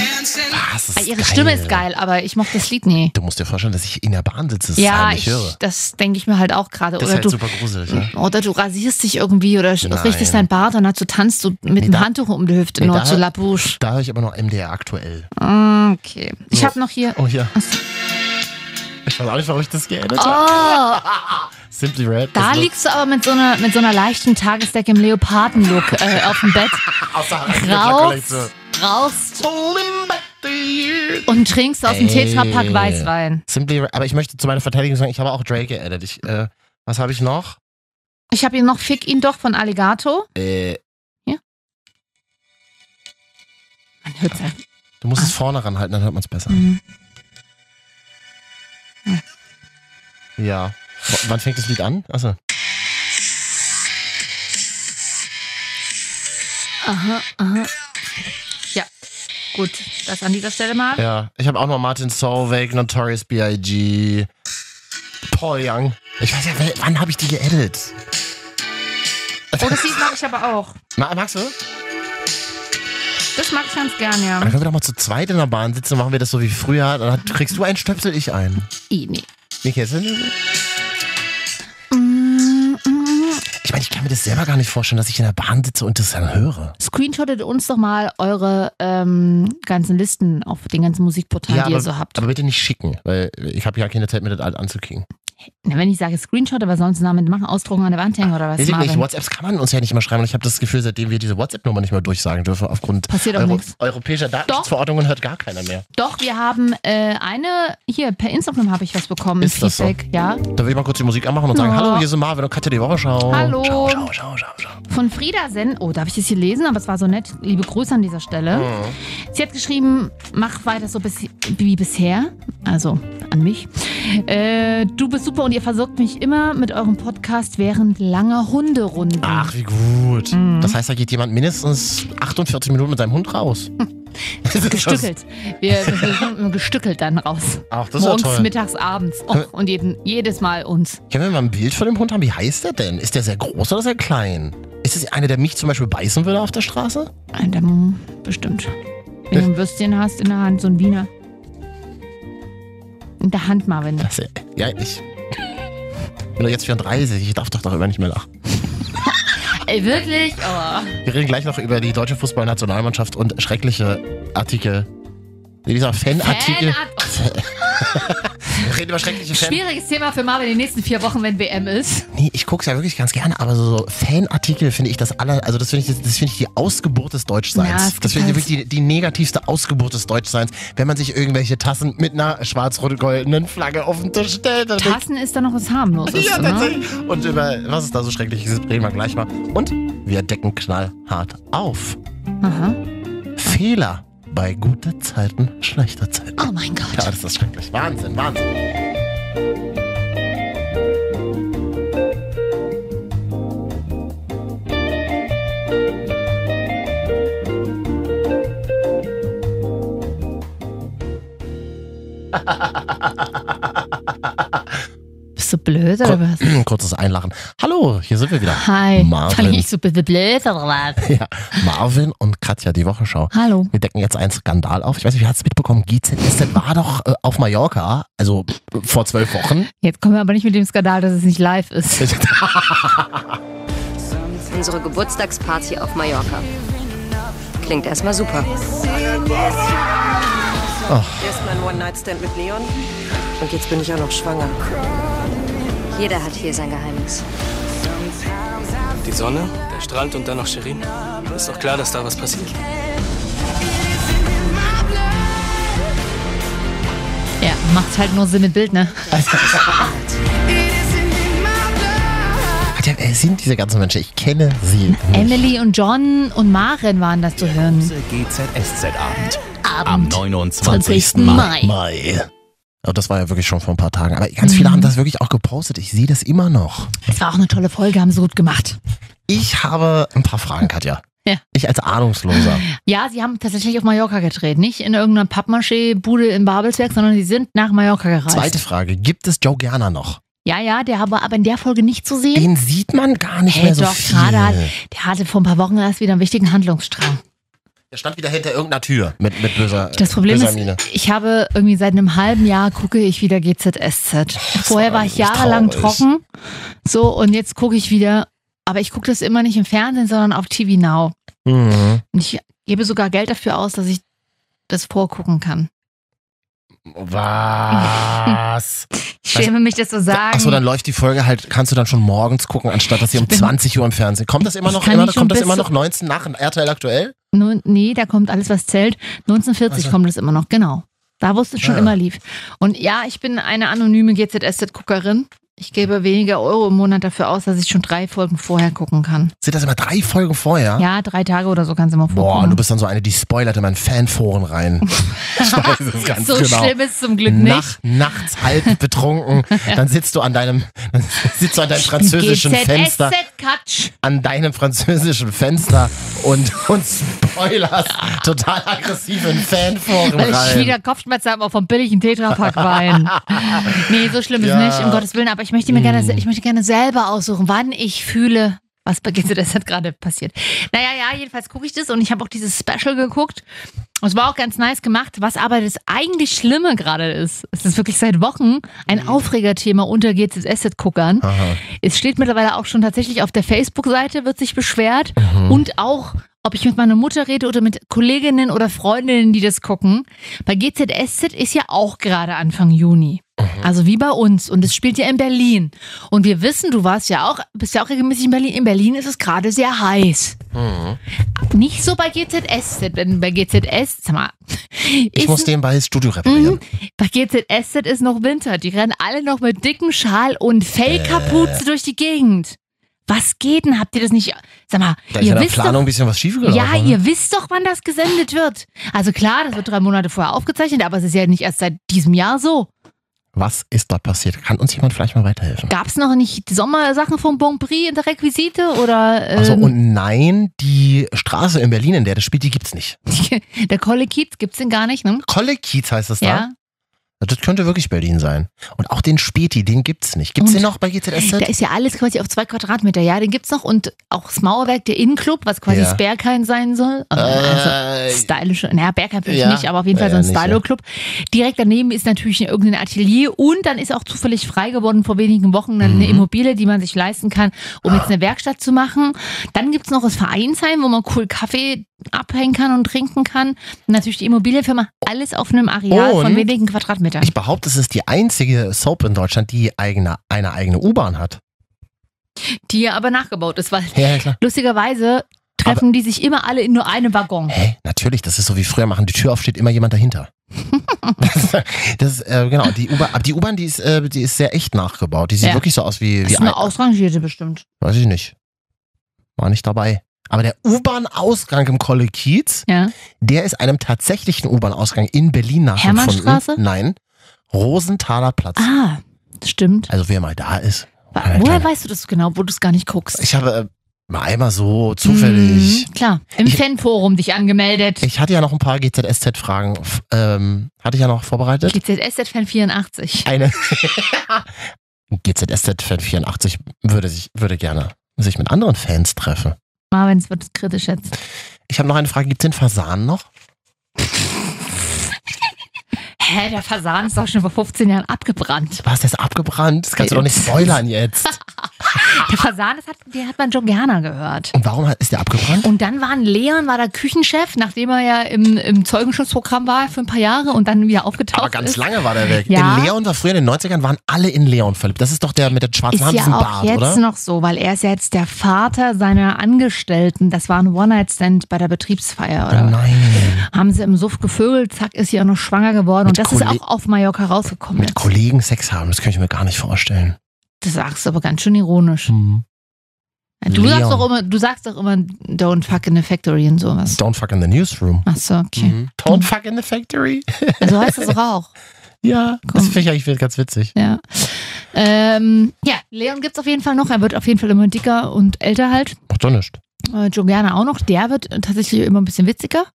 S4: Ah,
S8: Was ist
S4: Ihre Stimme ist geil, aber ich mochte das Lied nie.
S8: Du musst dir vorstellen, dass ich in der Bahn sitze, das
S4: ja,
S8: heimlich
S4: ich,
S8: höre.
S4: das denke ich mir halt auch gerade.
S8: Das ist
S4: Oder,
S8: halt
S4: du,
S8: super gruselig, ne?
S4: oder du rasierst dich irgendwie oder
S8: Nein.
S4: richtest dein Bart und dazu tanzt du mit
S8: Nee,
S4: einem
S8: da-
S4: Handtuch um die Hüfte
S8: nee,
S4: nur
S8: da-
S4: zu La Bouche.
S8: Da höre ich aber noch MDR aktuell.
S4: Mm. Okay. Ich habe noch hier.
S8: Oh, hier.
S4: Ach so.
S8: Ich weiß auch nicht, warum ich das geändert habe.
S4: Oh,
S8: Simply Red.
S4: da
S8: ist
S4: liegst du aber mit so einer, mit so einer leichten Tagesdecke im Leopardenlook äh, auf dem Bett.
S8: aus der
S4: Rauchst, rauchst und trinkst aus dem
S8: Ey.
S4: Tetrapack Weißwein.
S8: Simply Red. Aber ich möchte zu meiner Verteidigung sagen, ich habe auch Drake geändert. Ich, äh, was habe ich noch?
S4: Ich habe hier noch Fick ihn doch von Alligator.
S8: Äh,
S4: Man hört's halt.
S8: du musst es vorne ranhalten, dann hört man es besser.
S4: Mhm.
S8: Ja. W wann fängt das Lied an? Achso.
S4: Aha, aha. Ja, gut. Das an dieser Stelle mal.
S8: Ja. Ich habe auch noch Martin Solveig, Notorious B.I.G., Paul Young. Ich weiß ja, wel- wann habe ich die geedit?
S4: Oh, das Lied mag ich aber auch.
S8: Ma- Magst du?
S4: Ah. Das mag ich ganz gern, ja.
S8: Dann können wir doch mal zu zweit in der Bahn sitzen, dann machen wir das so wie früher. Dann hat- kriegst du einen Stöpsel, ich einen.
S4: I, nee.
S8: Nicht jetzt? Ich meine, ich kann mir das selber gar nicht vorstellen, dass ich in der Bahn sitze und das dann höre.
S4: Screenshottet uns doch mal eure ähm, ganzen Listen auf den ganzen Musikportalen, die ihr so habt.
S8: aber bitte nicht schicken, weil ich habe ja keine Zeit, mir das alles anzukicken.
S4: Na, wenn ich sage Screenshot, aber sonst damit machen, ausdrucken an der Wand hängen oder was?
S8: Nee,
S4: Marvin?
S8: nicht. WhatsApps kann man uns ja nicht mehr schreiben. Und ich habe das Gefühl, seitdem wir diese WhatsApp-Nummer nicht mehr durchsagen dürfen, aufgrund
S4: Passiert auch
S8: Euro
S4: nichts.
S8: europäischer Datenschutzverordnungen hört gar keiner mehr.
S4: Doch, wir haben äh, eine, hier, per Instagram habe ich was bekommen,
S8: Ist das so?
S4: Feedback, ja.
S8: Da will ich mal kurz die Musik anmachen und sagen,
S4: Ja.
S8: hallo, hier sind Marvin und Katja die Wochenschau.
S4: Hallo.
S8: Schau, schau, schau, schau, schau.
S4: Von Frieda Sen, oh, darf ich das hier lesen? Aber es war so nett. Liebe Grüße an dieser Stelle. Sie hat geschrieben, mach weiter so bis, wie bisher. Also an mich. Äh, du bist super und ihr versorgt mich immer mit eurem Podcast während langer Hunderunden.
S8: Ach, wie gut.
S4: Mhm.
S8: Das heißt, da geht jemand mindestens 48 Minuten mit seinem Hund raus.
S4: Hm. Gestückelt. Wir, wir sind gestückelt dann raus.
S8: Ach, das ist ja
S4: Morgens,
S8: toll.
S4: mittags, abends. Oh, und jeden, jedes Mal uns.
S8: Können wir mal ein Bild von dem Hund haben? Wie heißt der denn? Ist der sehr groß oder sehr klein? Ist es einer, der mich zum Beispiel beißen würde auf der Straße?
S4: Ein Dämon, bestimmt. Wenn du ein Würstchen hast in der Hand, so ein Wiener. In der Hand, Marvin.
S8: Das, ist ja, ja, ich bin doch jetzt 34. Ich darf doch darüber nicht mehr lachen.
S4: Ey, wirklich? Oh.
S8: Wir reden gleich noch über die deutsche Fußballnationalmannschaft und schreckliche Artikel. Nee, dieser Fanartikel.
S4: Fanart-
S8: Wir reden über schreckliche
S4: oh,
S8: Fan.
S4: Schwieriges Thema für Marvin in den nächsten vier Wochen, wenn WM ist.
S8: Nee, ich guck's ja wirklich ganz gerne, aber so, so Fanartikel finde ich das aller, also das finde ich, das finde ich die Ausgeburt des
S4: Ja, es
S8: Deutschseins.
S4: gibt
S8: das finde ich
S4: halt-
S8: wirklich die, die negativste Ausgeburt des Deutschseins, wenn man sich irgendwelche Tassen mit einer schwarz-rot-goldenen Flagge auf den Tisch stellt. Dann denk-
S4: Tassen ist da noch was harmloses.
S8: ja,
S4: ne?
S8: tatsächlich. Und über was ist da so schrecklich ist, reden wir gleich mal. Und wir decken knallhart auf.
S4: Aha.
S8: Fehler bei guter Zeiten, schlechter Zeiten.
S4: Oh mein Gott.
S8: Ja, das ist schrecklich. Wahnsinn, Wahnsinn.
S4: Bist du blöd oder was?
S8: Kurzes Einlachen. Hallo, hier sind wir wieder.
S4: Hi.
S8: Marvin.
S4: Fand ich so ein bisschen blöd oder was?
S8: Ja, Marvin und Katja, die Wochenschau.
S4: Hallo.
S8: Wir decken jetzt einen Skandal auf. Ich weiß nicht, wie hast du mitbekommen? GZSZ war doch äh, auf Mallorca, also äh, vor zwölf Wochen.
S4: Jetzt kommen wir aber nicht mit dem Skandal, dass es nicht live ist.
S6: Unsere Geburtstagsparty auf Mallorca. Klingt erstmal super.
S9: Erst mein One-Night-Stand mit Leon. Und jetzt bin ich auch noch schwanger.
S6: Jeder hat hier sein Geheimnis.
S10: Die Sonne, der Strand und dann noch Shirin. Ist doch klar, dass da was passiert.
S4: Ja, macht halt nur Sinn mit Bild, ne?
S8: Katja, wer sind diese ganzen Menschen? Ich kenne sie nicht.
S4: Emily und John und Maren waren das zu hören.
S11: GZSZ-Abend. Am
S4: Abend.
S11: 29.
S4: 20.
S11: Mai.
S8: Mai. Aber das war ja wirklich schon vor ein paar Tagen. Aber ganz
S4: Mhm.
S8: viele haben das wirklich auch gepostet. Ich sehe das immer noch.
S4: Es war auch eine tolle Folge, haben sie gut gemacht.
S8: Ich habe ein paar Fragen, Katja.
S4: Ja.
S8: Ich als Ahnungsloser.
S4: Ja, sie haben tatsächlich auf Mallorca gedreht. Nicht in irgendeiner Pappmaché-Bude in Babelsberg, sondern sie sind nach Mallorca gereist.
S8: Zweite Frage. Gibt es Joe Gerner noch?
S4: Ja, ja, der war aber in der Folge nicht zu sehen.
S8: Den sieht man gar nicht
S4: Hey,
S8: mehr so
S4: doch,
S8: viel.
S4: gerade hat, der hatte vor ein paar Wochen erst wieder einen wichtigen Handlungsstrang.
S8: Der stand wieder hinter irgendeiner Tür mit, mit böser äh,
S4: Das Problem
S8: böser
S4: ist,
S8: Miene.
S4: ich habe irgendwie seit einem halben Jahr gucke ich wieder GZSZ. Vorher war ich
S8: eigentlich
S4: jahrelang
S8: traurig.
S4: trocken. So, und jetzt gucke ich wieder. Aber ich gucke das immer nicht im Fernsehen, sondern auf TV Now.
S8: Mhm.
S4: Und ich gebe sogar Geld dafür aus, dass ich das vorgucken kann.
S8: Was?
S4: Ich schäme mich, das zu sagen.
S8: Achso, dann läuft die Folge halt, kannst du dann schon morgens gucken, anstatt dass sie um
S4: Ich bin-
S8: 20 Uhr im Fernsehen. Kommt das immer
S4: Ich
S8: noch,
S4: kann
S8: immer,
S4: nicht schon
S8: kommt das
S4: bis
S8: immer
S4: zu-
S8: noch 19 nach RTL aktuell?
S4: Nun, nee, da kommt alles, was zählt. 1940
S8: Also.
S4: kommt es immer noch, genau. Da wusste ich schon
S8: Ah.
S4: immer lief. Und ja, ich bin eine anonyme GZSZ-Guckerin. Ich gebe weniger Euro im Monat dafür aus, dass ich schon drei Folgen vorher gucken kann.
S8: Sind das immer drei Folgen vorher?
S4: Ja, Mhm. drei Tage oder so kann es immer
S8: Ah. Boah,
S4: vorkommen.
S8: du bist dann so eine, die spoilert immer in Fanforen rein. Ich weiß es ganz
S4: so
S8: genau.
S4: schlimm ist es zum Glück nicht.
S8: Nach, nachts halb betrunken, dann sitzt du an deinem, dann sitzt du an deinem französischen Fenster,
S4: GZSZ-Katsch.
S8: an deinem französischen Fenster und, und spoilerst total aggressiv in Fanforen
S4: Weil ich
S8: rein.
S4: wieder Kopfschmerzen habe, auch vom billigen Tetrapack-Wein. nee, so schlimm ist
S8: Ja. Mm.
S4: nicht, um Gottes Willen. Aber ich möchte mir gerne, ich möchte gerne selber aussuchen, wann ich fühle, was bei GZS hat gerade passiert. Naja, ja, jedenfalls gucke ich das und ich habe auch dieses Special geguckt. Und Es war auch ganz nice gemacht, was aber das eigentlich Schlimme gerade ist. Es ist wirklich seit Wochen
S8: Mm.
S4: ein Aufregerthema unter GZS-Guckern.
S8: Aha.
S4: Es steht mittlerweile auch schon tatsächlich auf der Facebook-Seite, wird sich beschwert.
S8: Mhm.
S4: Und auch, ob ich mit meiner Mutter rede oder mit Kolleginnen oder Freundinnen, die das gucken. Bei GZSZ ist ja auch gerade Anfang Juni.
S8: Mhm.
S4: Also wie bei uns. Und es spielt ja in Berlin. Und wir wissen, du warst ja auch, bist ja auch regelmäßig in Berlin. In Berlin ist es gerade sehr heiß.
S8: Mhm.
S4: Nicht so bei GZSZ, denn bei GZS, sag mal,
S8: Ich
S4: ist
S8: muss den bei Studio reparieren.
S4: Mhm. Bei GZSZ ist noch Winter. Die rennen alle noch mit dicken Schal und Fellkapuze
S8: Äh.
S4: durch die Gegend. Was geht denn? Habt ihr das nicht? Sag mal,
S8: Da ist
S4: ihr
S8: in der
S4: wisst
S8: Planung ein
S4: doch,
S8: bisschen was schiefgelaufen.
S4: ja,
S8: ne?
S4: ihr wisst doch, wann das gesendet wird. Also klar, das wird drei Monate vorher aufgezeichnet, aber es ist ja nicht erst seit diesem Jahr so.
S8: Was ist dort passiert? Kann uns jemand vielleicht mal weiterhelfen?
S4: Gab es noch nicht Sommersachen vom Bon Prix in der Requisite oder ähm,
S8: Also und nein, die Straße in Berlin, in der das spielt, die gibt's nicht.
S4: der Kolle Kiez gibt's den gar nicht, ne?
S8: Kolle Kiez heißt das
S4: Ja.
S8: da. Das könnte wirklich Berlin sein. Und auch den Späti, den gibt's nicht. Gibt's
S4: Und-
S8: den noch bei GZSZ?
S4: Da ist ja alles quasi auf zwei Quadratmeter. Ja, den gibt's noch. Und auch das Mauerwerk, der Innenclub, was quasi
S8: Ja.
S4: Sperrkein sein soll.
S8: Äh,
S4: oh, Also stylische, naja, Bergheim vielleicht
S8: ja.
S4: nicht, aber auf jeden Fall
S8: Ja,
S4: so ein
S8: ja, nicht,
S4: Stylo-Club. Direkt daneben ist natürlich irgendein Atelier und dann ist auch zufällig frei geworden vor wenigen Wochen eine
S8: Mhm.
S4: Immobilie, die man sich leisten kann, um
S8: Ah.
S4: jetzt eine Werkstatt zu machen. Dann gibt's noch das Vereinsheim, wo man cool Kaffee abhängen kann und trinken kann. Und natürlich die Immobilienfirma, alles auf einem Areal
S8: Und-
S4: von wenigen Quadratmetern.
S8: Ich behaupte, es ist die einzige Soap in Deutschland, die eigene, eine eigene U-Bahn hat.
S4: die ja aber nachgebaut ist, weil
S8: Ja, ja, klar.
S4: lustigerweise treffen die sich immer alle in nur einem Waggon.
S8: Hä? Natürlich, das ist so wie früher machen, die Tür auf, steht immer jemand dahinter. das, ist, äh, genau, die U-Bahn, aber die U-Bahn, die ist, äh, die ist sehr echt nachgebaut. Die sieht
S4: Ja.
S8: wirklich so aus wie,
S4: Das
S8: wie
S4: ist eine ausrangierte bestimmt.
S8: Weiß ich nicht. War nicht dabei. Aber der U-Bahn-Ausgang im Kolle Kiez,
S4: Ja.
S8: der ist einem tatsächlichen U-Bahn-Ausgang in Berlin nachempfunden.
S4: Hermannstraße?
S8: Nein. Rosenthaler Platz.
S4: Ah, das stimmt.
S8: Also wer mal da ist.
S4: Wa-
S8: Eine
S4: Woher
S8: kleine-
S4: weißt du das genau, wo du es gar nicht guckst?
S8: Ich habe äh, mal einmal so zufällig.
S4: Mhm, klar, im
S8: Ich-
S4: Fanforum dich angemeldet.
S8: Ich hatte ja noch ein paar GZSZ-Fragen. f- Ähm, hatte ich ja noch vorbereitet.
S4: GZSZ-Fan 84.
S8: Eine GZSZ-Fan 84 würde, sich, würde gerne sich mit anderen Fans treffen.
S4: Marvin, es wird es kritisch jetzt.
S8: Ich habe noch eine Frage. Gibt es den Fasan noch?
S4: Hä, der Fasan ist doch schon vor 15 Jahren abgebrannt.
S8: Was, der ist abgebrannt? Das kannst du
S4: Nee.
S8: doch nicht spoilern jetzt.
S4: Der Fasan, das hat, der hat man John Gerner gehört.
S8: Und warum hat- ist der abgebrannt?
S4: Und dann waren Leon, war der Küchenchef, nachdem er ja im, im Zeugenschutzprogramm war für ein paar Jahre und dann wieder aufgetaucht
S8: Aber ganz
S4: ist.
S8: lange war der weg.
S4: Ja.
S8: In Leon war früher, in den 90ern waren alle in Leon verliebt. Das ist doch der mit der schwarzen
S4: Ist
S8: Hand,
S4: ja
S8: diesem
S4: auch
S8: Bart,
S4: jetzt
S8: oder?
S4: noch so, weil er ist ja jetzt der Vater seiner Angestellten. Das war ein One-Night-Stand bei der Betriebsfeier.
S8: Genau.
S4: Oder?
S8: Nein.
S4: Haben sie im Suff gevögelt, zack, ist sie auch noch schwanger geworden.
S8: Mit
S4: und das ist
S8: Kolle-
S4: auch auf Mallorca rausgekommen.
S8: Mit
S4: jetzt.
S8: Kollegen Sex haben, das kann ich mir gar nicht vorstellen.
S4: Das sagst du aber ganz schön ironisch. Du
S8: Leon.
S4: sagst doch immer, du sagst doch immer, don't fuck in a factory und sowas.
S8: Don't fuck in the newsroom.
S4: Ach so, okay.
S8: Don't fuck in the factory.
S4: Also heißt das doch auch.
S8: ja,
S4: Komm.
S8: das finde ich eigentlich ganz witzig.
S4: Ja. Ähm, ja, Leon gibt's auf jeden Fall noch. Er wird auf jeden Fall immer dicker und älter halt.
S8: Macht doch nichts.
S4: Äh, Joe Gerner auch noch. Der wird tatsächlich immer ein bisschen witziger.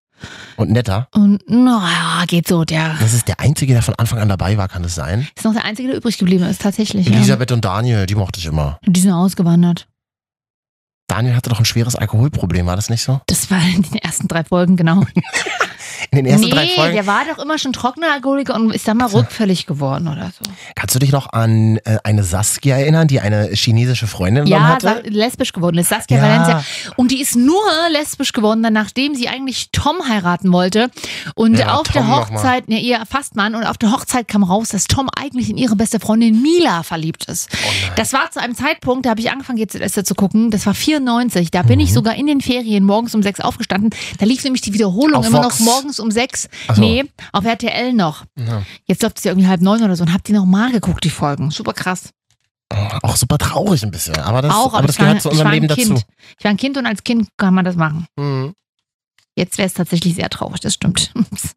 S8: Und netter.
S4: Und na, ja, geht so. Der
S8: Das ist der Einzige, der von Anfang an dabei war, kann es sein?
S4: ist noch der Einzige, der übrig geblieben ist, tatsächlich. Ja.
S8: Elisabeth und Daniel, die mochte ich immer.
S4: Die sind ausgewandert.
S8: Daniel hatte doch ein schweres Alkoholproblem, war das nicht so?
S4: Das war in den ersten drei Folgen, genau.
S8: In den ersten
S4: nee,
S8: drei Folgen.
S4: der war doch immer schon trockener Alkoholiker und ist dann mal rückfällig geworden oder so.
S8: Kannst du dich noch an äh, eine Saskia erinnern, die eine chinesische Freundin dann
S4: Ja,
S8: hatte?
S4: sa- lesbisch geworden ist Saskia
S8: Ja.
S4: Valencia. Und die ist nur lesbisch geworden, dann, nachdem sie eigentlich Tom heiraten wollte. Und
S8: Ja,
S4: auf
S8: Tom
S4: der
S8: noch mal.
S4: Hochzeit, ne, ihr Fastmann, und auf der Hochzeit kam raus, dass Tom eigentlich in ihre beste Freundin Mila verliebt
S8: Oh
S4: ist. das war zu einem Zeitpunkt, da habe ich angefangen, jetzt erst zu gucken. Das war 94. Da bin
S8: Mhm.
S4: ich sogar in den Ferien morgens um sechs aufgestanden. Da lief nämlich die Wiederholung
S8: Auf
S4: immer
S8: Vox.
S4: noch morgens um sechs.
S8: Ach so.
S4: Nee, auf RTL noch.
S8: Ja.
S4: Jetzt läuft es ja irgendwie halb neun oder so und hab die nochmal geguckt, die Folgen. Super krass.
S8: Auch super traurig ein bisschen. Aber das,
S4: auch,
S8: aber das
S4: ich war-
S8: gehört zu
S4: ich
S8: unserem
S4: war ein
S8: Leben
S4: kind.
S8: dazu.
S4: Ich war ein Kind und als Kind kann man das machen.
S8: Mhm.
S4: Jetzt wäre es tatsächlich sehr traurig, das stimmt.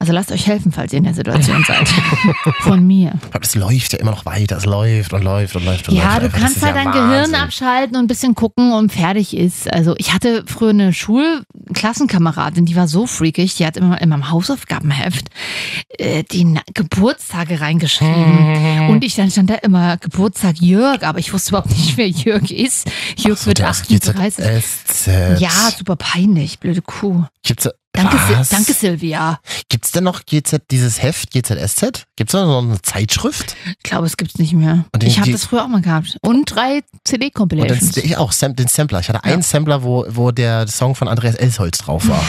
S4: Also lasst euch helfen, falls ihr in der Situation seid. Von mir.
S8: Aber das läuft ja immer noch weiter. Es läuft und läuft und läuft und läuft.
S4: Ja, du
S8: einfach. Das
S4: kannst
S8: ist
S4: halt
S8: ja
S4: dein Gehirn
S8: Wahnsinn.
S4: abschalten und ein bisschen gucken und fertig ist. Also ich hatte früher eine Schulklassenkameradin, die war so freakig, die hat immer in meinem Hausaufgabenheft äh, die Na Geburtstage
S8: Mhm.
S4: reingeschrieben. Und ich dann stand da immer Geburtstag Jörg, aber ich wusste überhaupt nicht, wer Jörg ist. Jörg wird
S8: der aus der
S4: 38.
S8: GZSZ.
S4: Ja, super peinlich, blöde Kuh.
S8: Gibt's,
S4: Danke,
S8: was?
S4: Sil danke Silvia.
S8: Gibt's denn noch GZ, dieses Heft, GZSZ? Gibt's da noch eine Zeitschrift?
S4: Ich glaube, es gibt's nicht mehr.
S8: Und den-
S4: Ich habe
S8: die-
S4: das früher auch mal gehabt. Und drei
S8: Und
S4: CD-Compilations.
S8: dann, ich auch, Sam, den Sampler. Ich hatte einen Sampler, wo, wo der Song von Andreas Elsholz drauf war.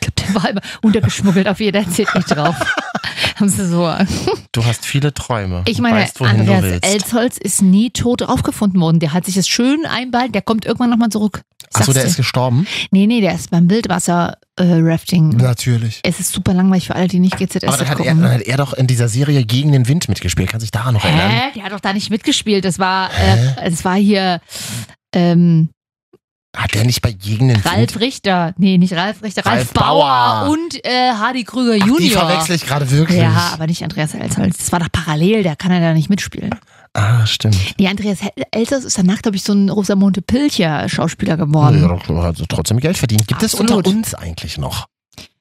S4: Der war immer untergeschmuggelt auf jeder CD drauf. Haben sie so.
S8: Du hast viele Träume.
S4: Ich
S8: Du
S4: meine,
S8: weißt, wohin du
S4: Andreas
S8: willst.
S4: Elsholz ist nie tot aufgefunden worden. Der hat sich das schön einballt. Der kommt irgendwann nochmal zurück.
S8: Achso,
S4: Sag's
S8: der
S4: dir.
S8: ist gestorben?
S4: Nee, nee, der ist beim Wildwasser-Rafting.
S8: Natürlich.
S4: es ist super langweilig für alle, die nicht GZS
S8: Aber dann hat, er,
S4: gucken.
S8: dann hat er doch in dieser Serie Gegen den Wind mitgespielt. Kannst du dich daran noch erinnern?
S4: Hä? Der hat doch da nicht mitgespielt. Das war, äh, das war hier ähm,
S8: Hat der nicht bei Gegen den
S4: Ralf
S8: Wind?
S4: Richter. Nee, nicht Ralf Richter. Ralf,
S8: Ralf
S4: Bauer.
S8: Bauer.
S4: und äh, Hardy Krüger Junior.
S8: Die verwechsel ich gerade wirklich.
S4: Ja, aber nicht Andreas Elsholz. Das war doch parallel, da kann er da nicht mitspielen.
S8: Ah, stimmt.
S4: Ja, Andreas Hel- Elsholz ist danach, glaube ich, so ein Rosamunde Pilcher-Schauspieler geworden.
S8: Ja, doch, hat trotzdem Geld verdient. Gibt es
S4: Oh. Absolut.
S8: unter uns eigentlich noch?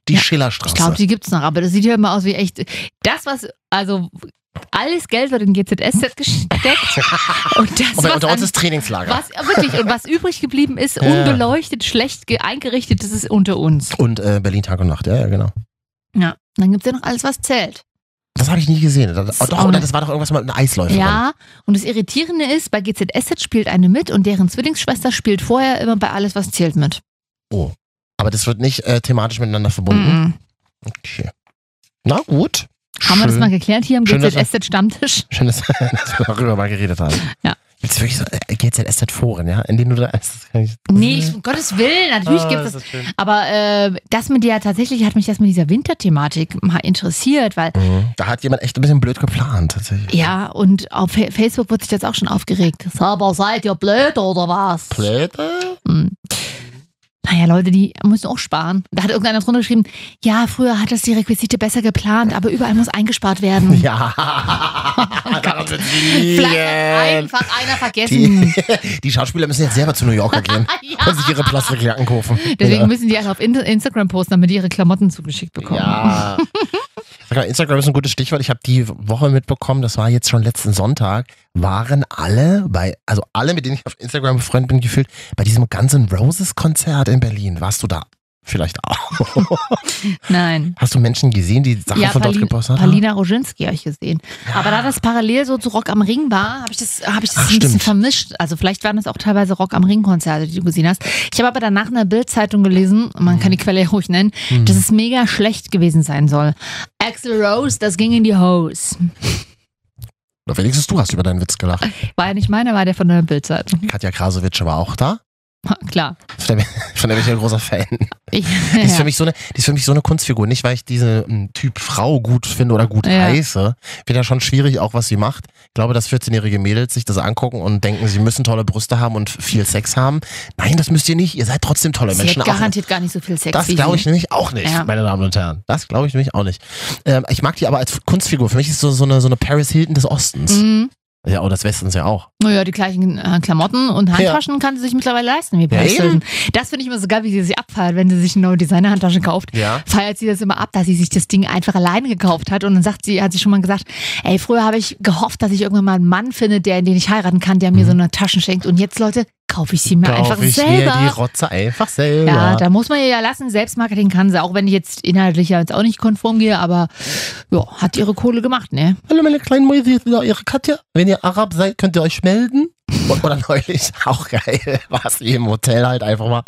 S8: Die Schillerstraße.
S4: Ich glaube, die gibt's noch, aber das sieht ja immer aus wie echt. Das, was, also alles Geld wird in GZSZ gesteckt. und das,
S8: Und bei
S4: was
S8: unter
S4: an-
S8: uns ist Trainingslager.
S4: was wirklich und was übrig geblieben ist,
S8: Ja.
S4: unbeleuchtet, schlecht ge- eingerichtet, das ist unter uns.
S8: Und äh, Berlin Tag und Nacht, ja, ja, genau.
S4: Ja, dann gibt's ja noch alles, was zählt.
S8: Das habe ich nie gesehen. Das,
S4: So.
S8: doch, oder das war doch irgendwas mit einer Eisläuferin.
S4: Ja, und das Irritierende ist, bei GZSZ spielt eine mit und deren Zwillingsschwester spielt vorher immer bei alles, was zählt mit.
S8: Oh. Aber das wird nicht äh, thematisch miteinander verbunden.
S4: Mhm.
S8: Okay. Na gut.
S4: Haben wir das
S8: Schön.
S4: mal geklärt hier im
S8: Schön, dass wir-
S4: GZSZ-Stammtisch?
S8: Schön, dass, dass wir darüber mal geredet haben.
S4: Ja.
S8: Jetzt wirklich so äh, GZSZ-Foren, ja? In denen du da. Das kann ich,
S4: Nee, ich, um Gottes Willen, natürlich
S8: Mhm. Ah,
S4: gibt
S8: ist
S4: es.
S8: das schön.
S4: Aber äh, das mit der tatsächlich hat mich das mit dieser Winterthematik mal interessiert, weil
S8: Mhm. Da hat jemand echt ein bisschen blöd geplant, tatsächlich.
S4: ja, und auf Fa- Facebook wurde sich das auch schon aufgeregt. Aber seid ihr blöd oder was?
S8: Blöde?
S4: Hm. Naja, Leute, die müssen auch sparen. Da hat irgendeiner drunter geschrieben, ja, früher hat das die Requisite besser geplant, aber überall muss eingespart werden.
S8: Ja. Daran wird sie
S4: Oh Vielleicht hat
S8: liegen.
S4: einfach einer vergessen.
S8: Die, die Schauspieler müssen jetzt selber zu New Yorker gehen
S4: Ja.
S8: und sich ihre Plastikjacken kaufen.
S4: Deswegen
S8: ja.
S4: müssen die alle auf In- Instagram posten, damit die ihre Klamotten zugeschickt bekommen.
S8: Ja. Sag mal, Instagram ist ein gutes Stichwort. Ich habe die Woche mitbekommen, das war jetzt schon letzten Sonntag, waren alle bei, also alle, mit denen ich auf Instagram befreundet bin, gefühlt, bei diesem ganzen Roses-Konzert in Berlin. Warst du da? Vielleicht auch.
S4: Nein.
S8: Hast du Menschen gesehen, die Sachen von dort
S4: Palin-
S8: gepostet ne? haben?
S4: Palina Roginski habe ich gesehen. Aber da das parallel so zu Rock am Ring war, habe ich das, hab ich das
S8: Ach,
S4: ein bisschen
S8: stimmt.
S4: vermischt. Also vielleicht waren das auch teilweise Rock am Ring Konzerte, die du gesehen hast. Ich habe aber danach in der Bild-Zeitung gelesen,
S8: Mhm.
S4: man kann die Quelle ja ruhig nennen,
S8: Hm.
S4: dass es mega schlecht gewesen sein soll. Axel Rose, das ging in die Hose.
S8: Oder wenigstens du hast über deinen Witz gelacht.
S4: War ja nicht meiner, war der von der Bild-Zeitung.
S8: Katja Krasowitsch war auch da.
S4: Klar.
S8: Von der, von der bin ich ein großer Fan.
S4: Ich,
S8: Die ist, für mich so eine, die ist für mich so eine Kunstfigur. Nicht, weil ich diese m, Typ Frau gut finde oder gut
S4: Ja.
S8: heiße. Finde ja schon schwierig, auch was sie macht. Ich glaube, dass 14-jährige Mädels sich das angucken und denken, sie müssen tolle Brüste haben und viel Sex haben. Nein, das müsst ihr nicht. Ihr seid trotzdem tolle
S4: Sie
S8: Menschen.
S4: hat
S8: Auch,
S4: garantiert gar nicht so viel Sex
S8: das
S4: wie
S8: glaube ich
S4: nicht.
S8: nämlich auch nicht,
S4: Ja.
S8: meine Damen und Herren. Das glaube ich nämlich auch nicht. Ähm, ich mag die aber als Kunstfigur. Für mich ist so, so, eine, so eine Paris Hilton des Ostens.
S4: Mhm.
S8: Ja, oder des Westens ja auch.
S4: Naja, die gleichen äh, Klamotten und Handtaschen kann sie sich mittlerweile leisten, wie Paris
S8: eben.
S4: Hilton. Das finde ich immer so geil, wie sie sich abfeiert, wenn sie sich eine neue Designer-Handtasche kauft.
S8: Ja.
S4: Feiert sie das immer ab, dass sie sich das Ding einfach alleine gekauft hat. Und dann sagt sie, hat sie schon mal gesagt, ey, früher habe ich gehofft, dass ich irgendwann mal einen Mann finde, der, den ich heiraten kann, der mir so eine Taschen schenkt. Und jetzt, Leute, kaufe ich sie mir einfach
S8: Mhm. ich
S4: selber.
S8: mir die Rotze einfach selber.
S4: ja, da muss man ihr ja lassen, Selbstmarketing kann sie, auch wenn ich jetzt inhaltlich ja jetzt auch nicht konform gehe, aber ja, hat ihre Kohle gemacht, ne?
S8: Hallo meine kleinen Mäuse, hier ist wieder eure Katja. Wenn ihr Arab seid, könnt ihr euch melden. O- Oder neulich, auch geil, war es hier im Hotel halt einfach mal.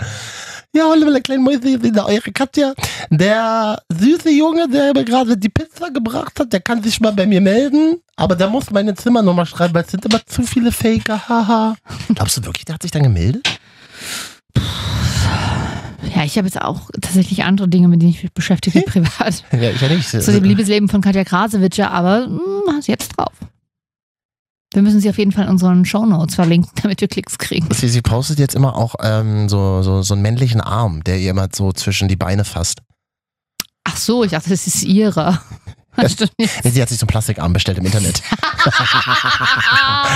S8: Ja, hallo meine kleinen Mäuse, hier ist wieder eure Katja. Der süße Junge, der mir gerade die Pizza gebracht hat, der kann sich mal bei mir melden. Aber der muss meine Zimmernummer schreiben, weil es sind immer zu viele Faker, haha. Glaubst du wirklich, der hat sich dann gemeldet?
S4: Ja, ich habe jetzt auch tatsächlich andere Dinge, mit denen ich mich
S8: Hm?
S4: beschäftige privat.
S8: Ja, ich ja nicht.
S4: Zu dem Liebesleben von Katja Krasewitscher, aber mh, hat sie jetzt drauf. Wir müssen sie auf jeden Fall in unseren Shownotes verlinken, damit wir Klicks kriegen.
S8: Sie, sie postet jetzt immer auch ähm, so, so, so einen männlichen Arm, der ihr immer so zwischen die Beine fasst.
S4: Ach so, ich dachte, das ist ihre. Das stimmt nicht.
S8: Nee, sie hat sich so einen Plastikarm bestellt im Internet. ah,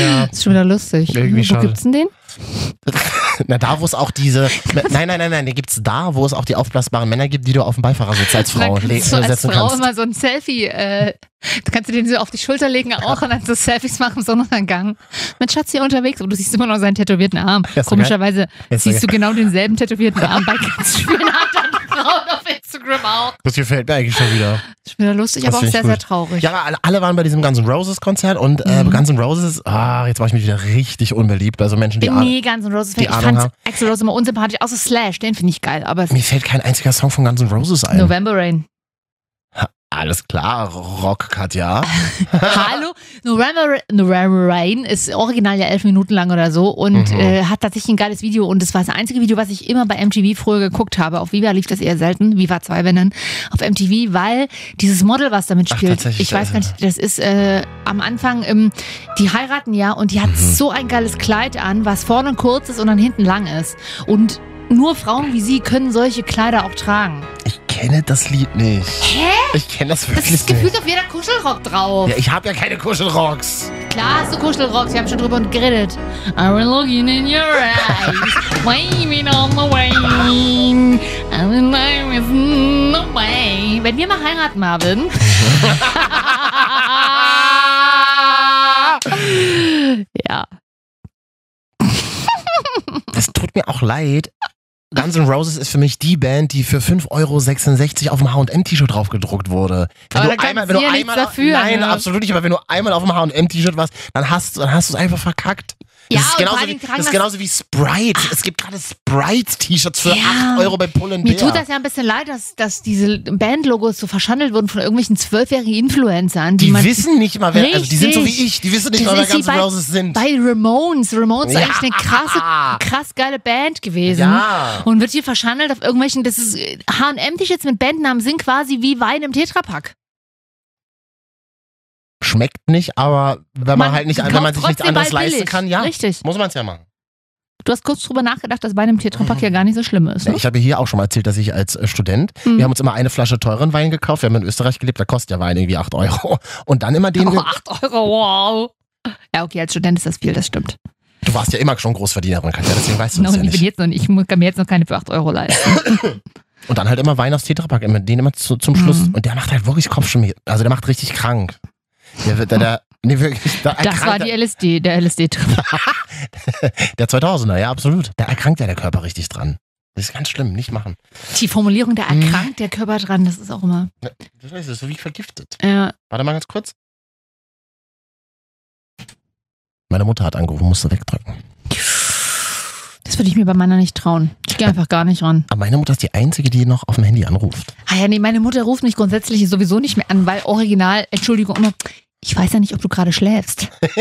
S8: ja.
S4: Das ist schon wieder lustig.
S8: Irgendwie
S4: Wo
S8: schade.
S4: gibt's denn den?
S8: Na, da, wo es auch diese. Nein, nein, nein, nein, den gibt's da, wo es auch die aufblasbaren Männer gibt, die du auf dem Beifahrersitz als Frau
S4: dann
S8: le-
S4: kannst du als
S8: setzen
S4: Frau
S8: kannst.
S4: immer so ein Selfie, äh, da kannst du den so auf die Schulter legen auch und dann so Selfies machen im Sonnenuntergang. Mit Schatz hier unterwegs und du siehst immer noch seinen tätowierten Arm.
S8: Ja, ist doch
S4: Komischerweise
S8: Ist doch
S4: siehst du genau denselben tätowierten Arm bei ganz vielen anderen Frauen auf Instagram auch.
S8: Das gefällt mir eigentlich schon wieder.
S4: Ich bin ja lustig,
S8: Das
S4: aber auch
S8: finde ich
S4: sehr,
S8: gut.
S4: sehr traurig.
S8: Ja, aber alle, alle waren bei diesem Guns N' Roses Konzert und äh,
S4: Mhm.
S8: Guns N' Roses, ah, jetzt war ich mich wieder richtig unbeliebt. Also Menschen, die.
S4: bin
S8: ah-
S4: nie Guns N' Roses Fan.
S8: die
S4: Ich
S8: Ahnung
S4: fand
S8: haben.
S4: Axel Rose immer unsympathisch, außer Slash, den finde ich geil. Aber
S8: Mir fällt kein einziger Song von Guns N' Roses ein.
S4: November Rain.
S8: Alles klar, Rock, Katja.
S4: Hallo, November, November Rain ist original ja elf Minuten lang oder so und
S8: Mhm.
S4: äh, hat tatsächlich ein geiles Video und das war das einzige Video, was ich immer bei MTV früher geguckt habe. Auf Viva lief das eher selten, Viva 2 wenn dann, auf MTV, weil dieses Model, was damit
S8: Ach,
S4: spielt,
S8: tatsächlich,
S4: ich weiß
S8: äh.
S4: gar nicht, das ist äh, am Anfang, ähm, die heiraten ja und
S8: Mhm.
S4: die hat so ein geiles Kleid an, was vorne kurz ist und dann hinten lang ist und nur Frauen wie sie können solche Kleider auch tragen.
S8: Ich kenne das Lied nicht.
S4: Hä?
S8: Ich kenne das
S4: Das
S8: wirklich nicht.
S4: ist gefühlt auf jeder Kuschelrock drauf.
S8: Ja, ich habe ja keine Kuschelrocks.
S4: Klar hast du Kuschelrocks, wir haben schon drüber geredet. I will looking in your eyes, waving on the rain. And the night is no way. Wenn wir mal heiraten, Marvin. ja.
S8: Das tut mir auch leid. Guns N' Roses ist für mich die Band, die für 5,66 Euro auf dem H&M-T-Shirt draufgedruckt wurde. Wenn
S4: Aber da
S8: du
S4: kannst
S8: einmal, wenn
S4: du
S8: du
S4: ja nichts
S8: einmal,
S4: dafür,
S8: nein,
S4: ne?
S8: absolut nicht, aber wenn du einmal auf dem H&M-T-Shirt warst, dann hast, dann hast du es einfach verkackt.
S4: Ja,
S8: das ist
S4: und vor
S8: genauso,
S4: allen
S8: wie,
S4: Dingen tragen
S8: das ist
S4: das-
S8: genauso wie Sprite. Es gibt gerade Sprite-T-Shirts für
S4: Ja.
S8: 8 Euro bei Pull and
S4: Mir
S8: Bear.
S4: tut das ja ein bisschen leid, dass, dass diese Bandlogos so verschandelt wurden von irgendwelchen zwölfjährigen Influencern.
S8: die
S4: man-
S8: wissen nicht mal, wer, also die sind so
S4: Richtig.
S8: wie ich, die wissen nicht
S4: Das
S8: mal, wer
S4: ist wie
S8: Guns N'
S4: bei-
S8: Roses sind.
S4: Bei Ramones. Ramones
S8: Ja.
S4: ist eigentlich eine krasse, krass geile Band gewesen.
S8: Ja.
S4: Und wird hier verschandelt auf irgendwelchen, das ist, äh, H&M dich jetzt mit Bandnamen sind quasi wie Wein im Tetrapack.
S8: Schmeckt nicht, aber wenn man,
S4: Man
S8: halt nicht, wenn
S4: kauft
S8: man sich nichts
S4: trotzdem
S8: anderes
S4: bei
S8: leisten
S4: billig.
S8: kann, ja,
S4: Richtig.
S8: muss man es ja machen.
S4: Du hast kurz drüber nachgedacht, dass Wein im Tetrapack ja gar nicht so schlimm ist.
S8: Ja,
S4: Ne?
S8: Äh, Ich habe hier auch schon mal erzählt, dass ich als äh, Student,
S4: Mhm.
S8: wir haben uns immer eine Flasche teuren Wein gekauft, wir haben in Österreich gelebt, da kostet ja Wein irgendwie 8 Euro. Und dann immer den,
S4: Oh, 8 Euro, wow. Ja, okay, als Student ist das viel, das stimmt.
S8: du warst ja immer schon Großverdienerin, Katja, deswegen weißt du
S4: No,
S8: das ja
S4: ich, bin
S8: nicht.
S4: jetzt noch, nicht- ich mu- kann mir jetzt noch keine für 8 Euro leisten.
S8: Und dann halt immer Wein aus Tetrapack, immer, den immer zu, zum Schluss.
S4: Mhm.
S8: Und der macht halt wirklich Kopfschmerzen, also der macht richtig krank. Der, wird- der, der, nee, wirklich, der
S4: Das war
S8: erkrankt,
S4: die LSD, der LSD-Trip.
S8: der 2000er, ja, absolut. Da erkrankt ja der Körper richtig dran. Das ist ganz schlimm, nicht machen.
S4: Die Formulierung, da
S8: Mhm.
S4: erkrankt der Körper dran, das ist auch immer.
S8: Das ist so wie vergiftet.
S4: Ja,
S8: Warte mal ganz kurz. Meine Mutter hat angerufen, musste wegdrücken.
S4: das würde ich mir bei meiner nicht trauen. Ich
S8: Äh.
S4: gehe einfach gar nicht ran.
S8: Aber meine Mutter ist die Einzige, die noch auf dem Handy anruft.
S4: Ah ja, nee, meine Mutter ruft mich grundsätzlich sowieso nicht mehr an, weil original, Entschuldigung, immer, ich weiß ja nicht, ob du gerade schläfst.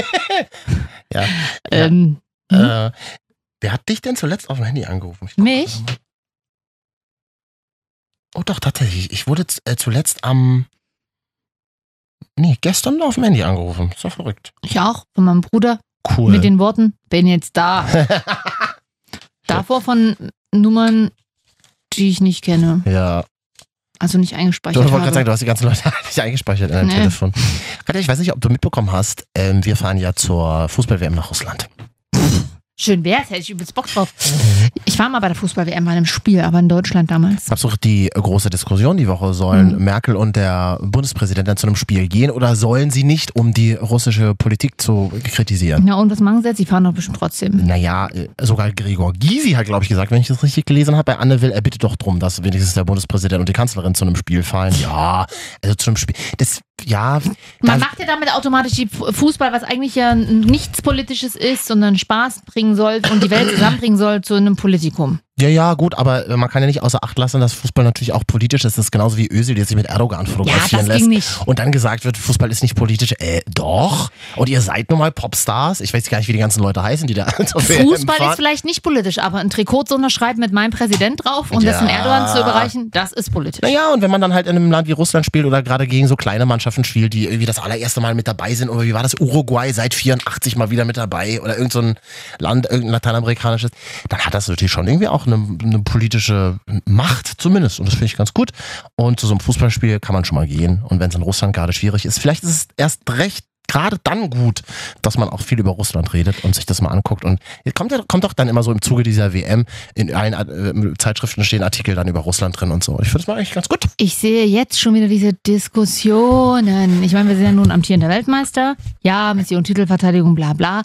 S8: Ja.
S4: Ähm,
S8: Äh, wer hat dich denn zuletzt auf dem Handy angerufen? Ich guck
S4: Mich?
S8: gerade mal. Oh doch, tatsächlich. Ich wurde z- äh, zuletzt am... Nee, gestern auf dem Handy angerufen. Ist ja verrückt.
S4: ich auch, von meinem Bruder,
S8: Cool.
S4: mit den Worten, bin jetzt da. Davor von Nummern, die ich nicht kenne,
S8: ja.
S4: also nicht
S8: Du,
S4: eingespeichert
S8: ich wollte gerade
S4: habe.
S8: sagen, du hast die ganzen Leute nicht eingespeichert in deinem
S4: Nee.
S8: Telefon. Katja, ich weiß nicht, ob du mitbekommen hast, ähm, wir fahren ja zur Fußball-WM nach Russland.
S4: Schön wär's, hätte ich übelst Bock drauf. Ich war mal bei der Fußball-WM mal im Spiel, aber in Deutschland damals.
S8: Gab es auch die äh, große Diskussion die Woche, sollen Merkel und der Bundespräsident dann zu einem Spiel gehen oder sollen sie nicht, um die russische Politik zu kritisieren?
S4: Na und was machen sie jetzt? Die fahren doch bestimmt trotzdem.
S8: Naja, äh, sogar Gregor Gysi hat, glaube ich, gesagt, wenn ich das richtig gelesen habe, bei Anne Will, er bittet doch drum, dass wenigstens der Bundespräsident und die Kanzlerin zu einem Spiel fallen. Ja, also zu einem Spiel. Das, ja, da-
S4: Man macht ja damit automatisch die Fu- Fußball, was eigentlich ja nichts Politisches ist, sondern Spaß bringen soll und die Welt zusammenbringen soll, zu einem Politikum.
S8: ja, ja, gut, aber äh, man kann ja nicht außer Acht lassen, dass Fußball natürlich auch politisch ist. Das ist genauso wie Özil, der sich mit Erdogan fotografieren
S4: das
S8: lässt.
S4: ging nicht.
S8: Und dann gesagt wird, Fußball ist nicht politisch. Äh, doch. Und ihr seid nun mal Popstars. Ich weiß gar nicht, wie die ganzen Leute heißen, die da zur WM
S4: Fußball
S8: fahren.
S4: ist vielleicht nicht politisch, aber ein Trikot zu unterschreiben mit meinem Präsident drauf und das
S8: Ja.
S4: in Erdogan zu überreichen, das ist politisch.
S8: Naja, und wenn man dann halt in einem Land wie Russland spielt oder gerade gegen so kleine Mannschaften spielt, die irgendwie das allererste Mal mit dabei sind, oder wie war das? Uruguay seit 84 mal wieder mit dabei oder irgend so ein Land, irgendein lateinamerikanisches, dann hat das natürlich schon irgendwie auch eine, eine politische Macht zumindest. Und das finde ich ganz gut. Und zu so einem Fußballspiel kann man schon mal gehen. Und wenn es in Russland gerade schwierig ist, vielleicht ist es erst recht gerade dann gut, dass man auch viel über Russland redet und sich das mal anguckt. Und es kommt, ja, kommt auch dann immer so im Zuge dieser WM, in allen äh, Zeitschriften stehen Artikel dann über Russland drin und so. Ich finde es mal eigentlich ganz gut.
S4: Ich sehe jetzt schon wieder diese Diskussionen. Ich meine, wir sind ja nun amtierender Weltmeister. Ja, Mission Titelverteidigung, bla bla.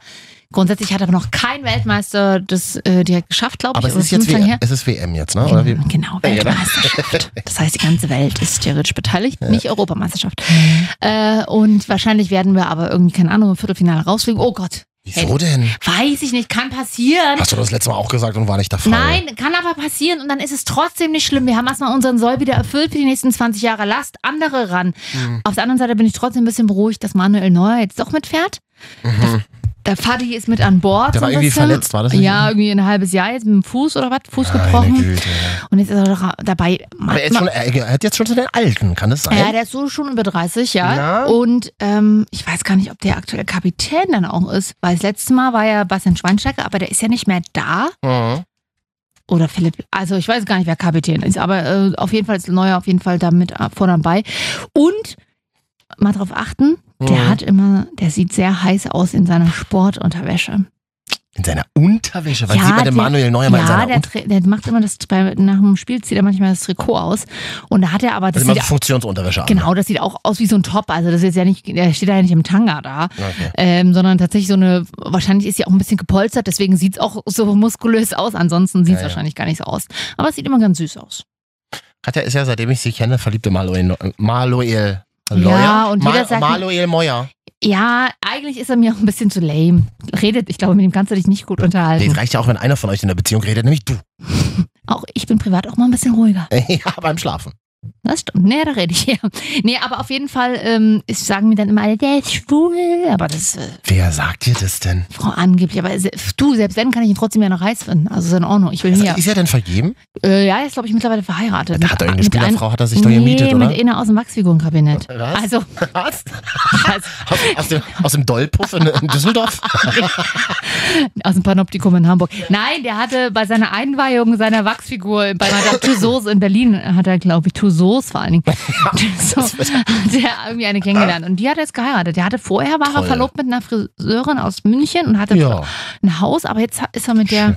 S4: Grundsätzlich hat aber noch kein Weltmeister das äh, direkt geschafft, glaube ich.
S8: Aber es
S4: oder
S8: ist jetzt
S4: fünf Jahre
S8: w
S4: her.
S8: es ist WM jetzt, ne?
S4: Genau,
S8: Oder wie?
S4: genau, Weltmeisterschaft. Das heißt, die ganze Welt ist theoretisch beteiligt, nicht Europameisterschaft.
S8: Mhm.
S4: Äh, und wahrscheinlich werden wir aber irgendwie, keine Ahnung, im Viertelfinale rausfliegen. Oh Gott.
S8: Wieso denn?
S4: Weiß ich nicht, kann passieren.
S8: Hast du das letzte Mal auch gesagt und war nicht der Fall?
S4: Nein, kann aber passieren und dann ist es trotzdem nicht schlimm. Wir haben erstmal unseren Soll wieder erfüllt für die nächsten 20 Jahre. Lasst andere ran.
S8: Mhm.
S4: Auf der anderen Seite bin ich trotzdem ein bisschen beruhigt, dass Manuel Neuer jetzt doch mitfährt. Der Fadi ist mit an Bord.
S8: Mhm. Der
S4: so
S8: war
S4: ein
S8: irgendwie
S4: bisschen.
S8: verletzt, war das nicht?
S4: Ja, irgendwie ein halbes Jahr jetzt mit dem Fuß oder was, Fuß gebrochen. Und jetzt ist er doch dabei.
S8: Aber er, ist schon, er gehört jetzt schon zu den Alten, kann das sein?
S4: ja, der ist so schon über 30, ja.
S8: Ja.
S4: Und ähm, ich weiß gar nicht, ob der aktuell Kapitän dann auch ist, weil das letzte Mal war ja Bastian Schweinsteiger, aber der ist ja nicht mehr da.
S8: Mhm.
S4: Oder Philipp, also ich weiß gar nicht, wer Kapitän ist, aber äh, auf jeden Fall ist Neuer auf jeden Fall damit vorne bei. Und mal drauf achten, der
S8: Mhm.
S4: hat immer, der sieht sehr heiß aus in seiner Sportunterwäsche.
S8: In seiner Unterwäsche. Wann
S4: Ja,
S8: sieht man den
S4: der-
S8: Manuel Neuer mal in
S4: ja,
S8: seiner
S4: der,
S8: Unterwäsche?
S4: Tra- der macht immer das, bei, nach dem Spiel zieht er manchmal das Trikot aus. Und da hat er aber,
S8: Das
S4: das
S8: ist Also immer
S4: sieht
S8: so Funktionsunterwäsche an.
S4: Genau, das sieht auch aus wie so ein Top. Also das ist jetzt ja nicht, der steht da ja nicht im Tanga da,
S8: Okay.
S4: ähm, sondern tatsächlich so eine, wahrscheinlich ist sie auch ein bisschen gepolstert, deswegen sieht es auch so muskulös aus. Ansonsten sieht
S8: Ja,
S4: es
S8: ja.
S4: wahrscheinlich gar nicht so aus. Aber es sieht immer ganz süß aus.
S8: Katja ist ja, seitdem ich sie kenne, verliebte äh, Manuel. Manuel.
S4: Ja, und jeder sagt-
S8: Manuel Moyer.
S4: Ja, eigentlich ist er mir auch ein bisschen zu lame. Redet, ich glaube, mit dem kannst du dich nicht gut
S8: Nee,
S4: unterhalten.
S8: es reicht ja auch, wenn einer von euch in der Beziehung redet, nämlich du.
S4: Auch ich bin privat auch mal ein bisschen ruhiger.
S8: ja, beim Schlafen.
S4: Das stimmt. Nee, da rede ich ja. Nee, aber auf jeden Fall ähm, ist, sagen mir dann immer alle, der ist schwul. Aber das äh,
S8: Wer sagt dir das denn?
S4: Frau angeblich. Aber se- du, selbst dann kann ich ihn trotzdem ja noch heiß finden. Also ist in Ordnung. Ich will ihn ja.
S8: Ist er denn vergeben?
S4: Äh, ja, er ist, glaube ich, mittlerweile verheiratet.
S8: Da hat er
S4: Mit-
S8: irgendeine
S4: mit einem-
S8: Spielerfrau, hat er sich doch
S4: nee,
S8: gemietet, oder?
S4: mit einer aus dem Wachsfigurenkabinett.
S8: Was?
S4: Also,
S8: Was? Aus, aus dem, aus dem Dollpuff in, in Düsseldorf?
S4: aus dem Panoptikum in Hamburg. Nein, der hatte bei seiner Einweihung seiner Wachsfigur bei Madame Tussauds in Berlin, hat er, glaube ich, Tussauds vor allen Dingen, Tussauds, hat er irgendwie eine kennengelernt. Und die hat er jetzt geheiratet. Der hatte vorher, war
S8: Toll.
S4: er verlobt mit einer Friseurin aus München und hatte
S8: Ja.
S4: ein Haus, aber jetzt ist er mit der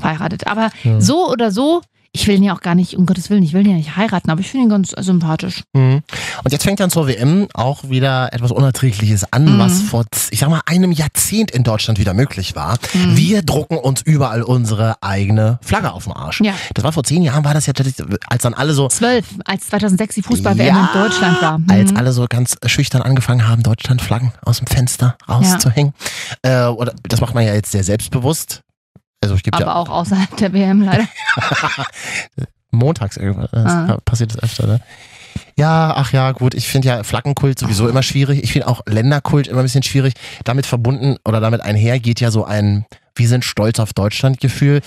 S4: verheiratet. Aber
S8: Ja.
S4: so oder so, ich will ihn ja auch gar nicht, um Gottes Willen, ich will ihn ja nicht heiraten, aber ich finde ihn ganz sympathisch.
S8: Mhm. Und jetzt fängt dann zur WM auch wieder etwas Unerträgliches an,
S4: Mhm.
S8: was vor, z- ich sag mal, einem Jahrzehnt in Deutschland wieder möglich war.
S4: Mhm.
S8: Wir drucken uns überall unsere eigene Flagge auf den Arsch.
S4: Ja.
S8: Das war vor zehn Jahren, war das ja, tatsächlich, als dann alle so
S4: Zwölf, als 2006 die Fußball-WM
S8: Ja,
S4: in Deutschland war. Mhm.
S8: als alle so ganz schüchtern angefangen haben, Deutschlandflaggen aus dem Fenster rauszuhängen. Äh, oder, das macht man ja jetzt sehr selbstbewusst. Also es gibt
S4: aber
S8: ja
S4: auch außerhalb der WM leider.
S8: montags irgendwas. Das
S4: Ah.
S8: Passiert das öfter, ne? Ja, ach ja, gut. Ich finde ja Flaggenkult sowieso immer schwierig. Ich finde auch Länderkult immer ein bisschen schwierig. Damit verbunden oder damit einher geht ja so ein wir sind stolz auf Deutschland Gefühl.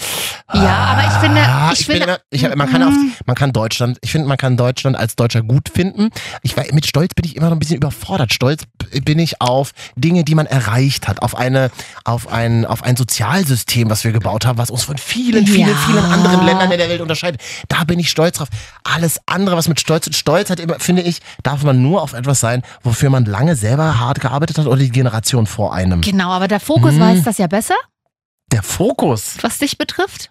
S4: Ja, aber ich finde-
S8: Ah,
S4: ich
S8: ich bin
S4: finde- Mhm.
S8: immer, ich, man kann auf, man kann Deutschland, ich finde, man kann Deutschland als Deutscher gut finden. Ich war, mit Stolz bin ich immer noch ein bisschen überfordert. Stolz bin ich auf Dinge, die man erreicht hat, auf eine, auf ein, auf ein Sozialsystem, was wir gebaut haben, was uns von vielen, vielen,
S4: Ja.
S8: vielen anderen Ländern in der Welt unterscheidet. Da bin ich stolz drauf. Alles andere, was mit Stolz und Stolz hat, immer, finde ich, darf man nur auf etwas sein, wofür man lange selber hart gearbeitet hat oder die Generation vor einem. Mhm.
S4: Genau, aber der Fokus weiß das ja besser.
S8: Der Fokus.
S4: Was dich betrifft?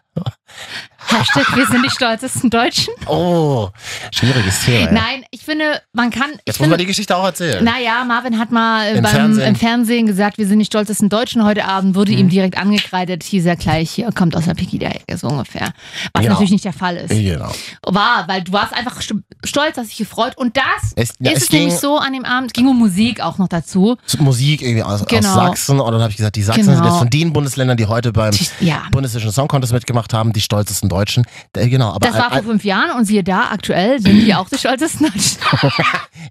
S4: Hashtag, wir sind die stolzesten Deutschen.
S8: Oh, schwieriges Thema. ja.
S4: Nein, ich finde, man kann. ich
S8: Jetzt muss
S4: finde,
S8: man die Geschichte auch erzählen.
S4: Naja, Marvin hat mal
S8: Im
S4: beim,
S8: Fernsehen. Mhm.
S4: im Fernsehen gesagt, wir sind die stolzesten Deutschen heute Abend, wurde ihm direkt angekreidet, hieß er gleich, hier kommt aus der Pegida-Ecke, so ungefähr. Was
S8: Ja.
S4: natürlich nicht der Fall ist.
S8: Genau.
S4: War, weil du warst einfach st- stolz, hast dich gefreut. Und das
S8: Es- ja,
S4: ist
S8: es
S4: es, nämlich
S8: ging-
S4: so an dem Abend, ging um Musik auch noch dazu.
S8: Musik irgendwie aus,
S4: Genau.
S8: aus Sachsen. Und dann habe ich gesagt, die Sachsen sind
S4: Genau.
S8: jetzt von den Bundesländern, die heute beim
S4: ja.
S8: Bundesdeutschen Song Contest mitgemacht haben, die stolzesten Deutschen. Äh, genau, aber
S4: das war vor
S8: ein, ein,
S4: fünf Jahren und siehe da, aktuell sind wir auch die stolzesten Deutschen.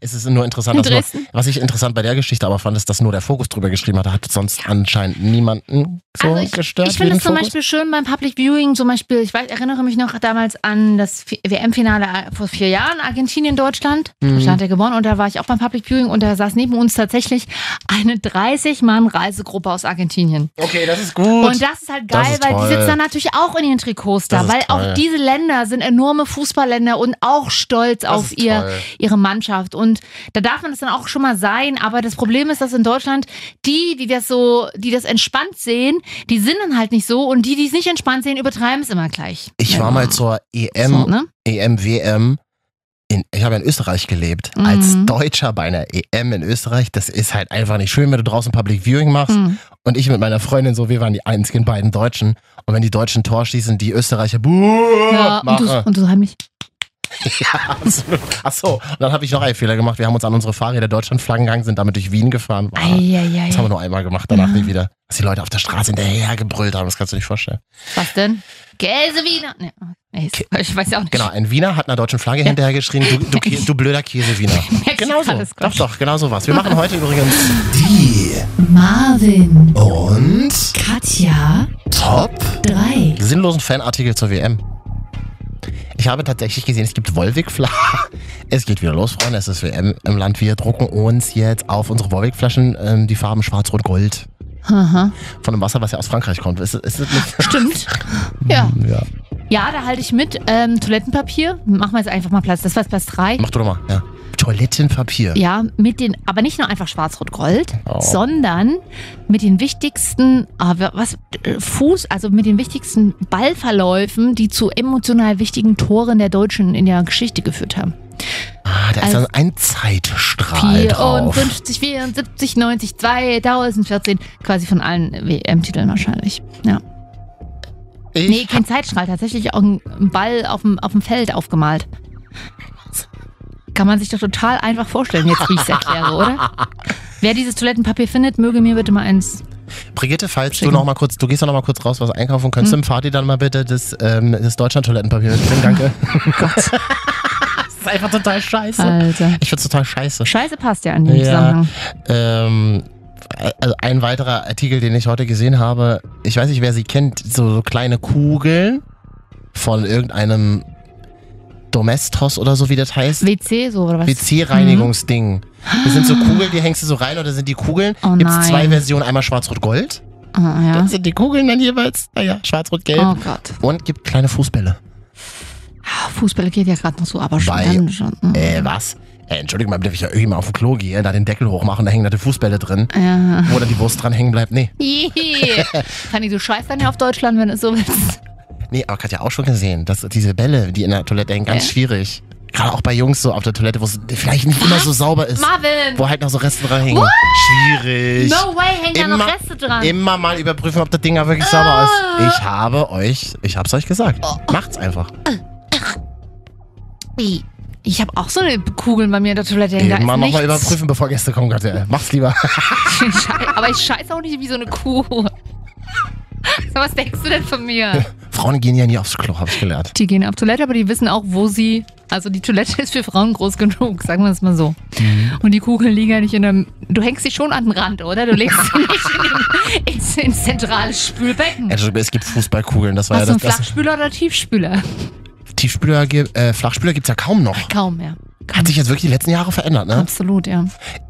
S8: es ist nur interessant,
S4: In
S8: dass nur,
S4: Dresden.
S8: was ich interessant bei der Geschichte aber fand, ist, dass nur der Fokus drüber geschrieben hat. Da hat sonst anscheinend niemanden so
S4: Also ich-
S8: gestört.
S4: Ich finde
S8: wie den
S4: es zum
S8: Fokus.
S4: Beispiel schön beim Public Viewing, zum Beispiel, ich weiß, erinnere mich noch damals an das F- WM-Finale vor vier Jahren, Argentinien, Deutschland.
S12: Mhm.
S4: Deutschland hat ja gewonnen und da war ich auch beim Public Viewing und da saß neben uns tatsächlich eine 30-Mann-Reisegruppe aus Argentinien.
S8: Okay, das ist gut.
S4: Und das ist halt geil,
S8: ist
S4: weil
S8: toll.
S4: die sitzen dann natürlich auch in ihren Trikots
S8: Das
S4: da,
S8: ist
S4: weil
S8: toll.
S4: auch diese Länder sind enorme Fußballländer und auch stolz auf
S8: ist
S4: ihr,
S8: toll.
S4: ihre Mannschaft. Und da darf man das dann auch schon mal sein. Aber das Problem ist, dass in Deutschland die, die das so, die das entspannt sehen, die sind dann halt nicht so. Und die, die es nicht entspannt sehen, übertreiben es immer gleich.
S8: Ich war mal zur E EM,
S4: So, ne?
S8: EM, WM. In, ich habe in Österreich gelebt. Als
S4: Mhm.
S8: Deutscher bei einer EM in Österreich, das ist halt einfach nicht schön, wenn du draußen Public Viewing
S4: Mhm.
S8: machst.
S4: Hm.
S8: Und ich mit meiner Freundin so, wir waren die einzigen beiden Deutschen. Und wenn die Deutschen Tor schießen, die Österreicher buh,
S4: Ja, und,
S8: machen.
S4: du, und du heimlich.
S8: ja, absolut. Ach so. Und dann habe ich noch einen Fehler gemacht. Wir haben uns an unsere Fahrräder Deutschlandflaggen gegangen, sind damit durch Wien gefahren. Wow.
S4: Eieiei.
S8: Das Ah. haben wir nur einmal gemacht, danach nie wieder. Dass die Leute auf der Straße hinterher gebrüllt haben, das kannst du nicht vorstellen.
S4: Was denn? Gäse Wiener. Nee, nee, ich weiß ja auch nicht.
S8: Genau, ein Wiener hat einer deutschen Flagge hinterher geschrien, du, du, Kä- du blöder Käse-Wiener. Genau so. Doch, doch, genau so was. Wir machen heute übrigens die
S4: Marvin
S8: und
S4: Katja
S8: Top
S4: drei.
S8: sinnlosen Fanartikel zur WM. Ich habe tatsächlich gesehen, es gibt Wolwig-Flaschen. Es geht wieder los, Freunde. Es ist WM im Land. Wir drucken uns jetzt auf unsere Wolwig-Flaschen ähm, die Farben Schwarz, Rot, Gold.
S4: Aha.
S8: Von dem Wasser, was ja aus Frankreich kommt. Ist, ist das nicht?
S4: Stimmt. Ja.
S8: ja.
S4: Ja, da halte ich mit. Ähm, Toilettenpapier, machen wir jetzt einfach mal Platz. Das war jetzt Platz 3.
S8: Mach du doch mal. Ja. Toilettenpapier.
S4: Ja, mit den, aber nicht nur einfach Schwarz-Rot-Gold,
S8: Oh.
S4: sondern mit den wichtigsten, ah, wa- was, äh, Fuß, also mit den wichtigsten Ballverläufen, die zu emotional wichtigen Toren der Deutschen in der Geschichte geführt haben.
S8: Ah, da ist
S4: Also-
S8: dann ein Zeitstrahl drauf.
S4: 54, 74, 90, 2014, quasi von allen WM-Titeln wahrscheinlich. Ja.
S8: Ich
S4: nee, kein Zeitstrahl, tatsächlich auch ein ein Ball auf dem, auf dem Feld aufgemalt. Kann man sich doch total einfach vorstellen, jetzt wie ich es erkläre, oder? Wer dieses Toilettenpapier findet, möge mir bitte mal eins.
S8: Brigitte, falls du noch mal kurz, du gehst doch noch mal kurz raus, was einkaufen könntest. Hm. Fahr dir dann mal bitte das, ähm, das Deutschland-Toilettenpapier mitbringen, danke.
S4: Oh
S8: Das ist einfach total scheiße.
S4: Alter.
S8: Ich find's total scheiße.
S4: Scheiße passt ja in dem Zusammenhang.
S8: Ähm, also ein weiterer Artikel, den ich heute gesehen habe, ich weiß nicht, wer sie kennt, so, so kleine Kugeln von irgendeinem Domestos oder so, wie das heißt.
S4: WC so oder was?
S8: WC-Reinigungsding. Das sind so Kugeln, die hängst du so rein oder sind die Kugeln?
S4: Mhm. Oh
S8: Gibt's
S4: nein.
S8: zwei Versionen, einmal schwarz-rot-gold.
S4: Ah, ja.
S8: Dann sind die Kugeln dann jeweils, naja, schwarz-rot-gelb.
S4: Oh Gott. Ah,
S8: Und gibt kleine Fußbälle.
S4: Fußball geht ja gerade noch so, aber schon.
S8: Bei-
S4: Dann schon. ne?
S8: Äh, was? Äh, Entschuldigung, mal, darf ich ja irgendwie mal auf den Klo gehen, da den Deckel hochmachen, da hängen da die Fußbälle drin.
S4: Ja.
S8: Wo dann die Wurst dran hängen bleibt. Nee.
S4: Jehe. Fanny, du scheißt dann ja auf Deutschland, wenn du es so willst.
S8: Nee, aber Katja auch schon gesehen, dass diese Bälle, die in der Toilette hängen, ganz
S4: Ja.
S8: schwierig. Gerade auch bei Jungs so auf der Toilette, wo es vielleicht nicht immer so sauber ist.
S4: Marvin!
S8: Wo halt noch so Reste dran hängen.
S4: What?
S8: Schwierig.
S4: No way, hängen da noch Reste dran. Ah.
S8: Immer mal überprüfen, ob das Ding da wirklich sauber ist. Ich habe euch, ich hab's euch gesagt.
S4: Oh.
S8: Macht's einfach.
S4: Ih. Ich habe auch so eine Kugeln bei mir in der Toilette hängen. Da
S8: Immer
S4: ist
S8: nochmal
S4: nichts.
S8: überprüfen, bevor Gäste kommen, Katja. Mach's lieber.
S4: Schei- Aber ich scheiße auch nicht wie so eine Kuh. So, Was denkst du denn von mir?
S8: Frauen gehen ja nie aufs Klo, habe ich gelernt.
S4: Die gehen auf Toilette, aber die wissen auch, wo sie. Also die Toilette ist für Frauen groß genug, sagen wir es mal so.
S8: Mhm.
S4: Und die Kugeln liegen ja nicht in einem. Du hängst sie schon an den Rand, oder? Du legst sie nicht in den, ins, ins zentrale Spülbecken.
S8: Entschuldigung, es gibt Fußballkugeln. Das war
S4: Hast du
S8: ja
S4: einen
S8: das. das
S4: Flachspüler oder Tiefspüler?
S8: Tiefspüler, gibt- äh, Flachspüler gibt's ja kaum noch.
S4: Kaum mehr.
S8: Hat sich jetzt wirklich die letzten Jahre verändert, ne?
S4: Absolut, ja.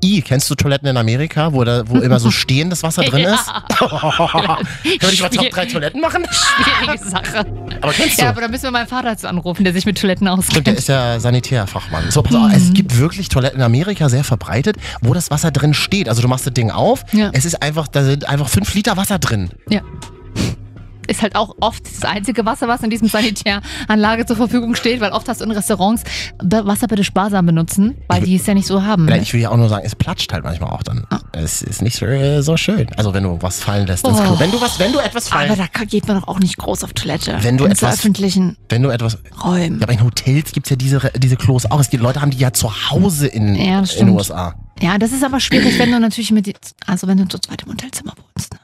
S8: I, kennst du Toiletten in Amerika, wo, da, wo immer so stehendes Wasser drin
S4: Ja.
S8: ist? Können wir nicht mal Top 3 Toiletten machen?
S4: Schwierige Sache.
S8: Aber kennst du?
S4: Ja, aber da müssen wir meinen Vater zu anrufen, der sich mit Toiletten auskennt.
S8: Stimmt, der ist ja Sanitärfachmann. So, pass
S4: Mhm.
S8: auf, es gibt wirklich Toiletten in Amerika, sehr verbreitet, wo das Wasser drin steht. Also du machst das Ding auf,
S4: Ja. Mhm.
S8: es ist einfach, da sind einfach 5 Liter Wasser drin.
S4: Ja. ist halt auch oft das einzige Wasser, was in diesem Sanitäranlage zur Verfügung steht, weil oft hast du in Restaurants be- Wasser bitte sparsam benutzen, weil die es ja nicht so haben. ne?
S8: Ja, ich will ja auch nur sagen, es platscht halt manchmal auch dann.
S4: Ah.
S8: Es ist nicht so, so schön. Also wenn du was fallen lässt ins Klo. Wenn du was, wenn du etwas fallen
S4: Oh. Aber da kann- geht man doch auch nicht groß auf Toilette.
S8: Wenn du
S4: in
S8: etwas-
S4: so öffentlichen
S8: Wenn du etwas.
S4: Räumen.
S8: Ja, aber in Hotels gibt es ja diese, Re- diese Klos auch. Es gibt Leute haben die ja zu Hause in,
S4: Ja, das
S8: in den
S4: stimmt.
S8: USA.
S4: Ja, das ist aber schwierig, wenn du natürlich mit, die- also wenn du zu zweit im Hotelzimmer wohnst. ne?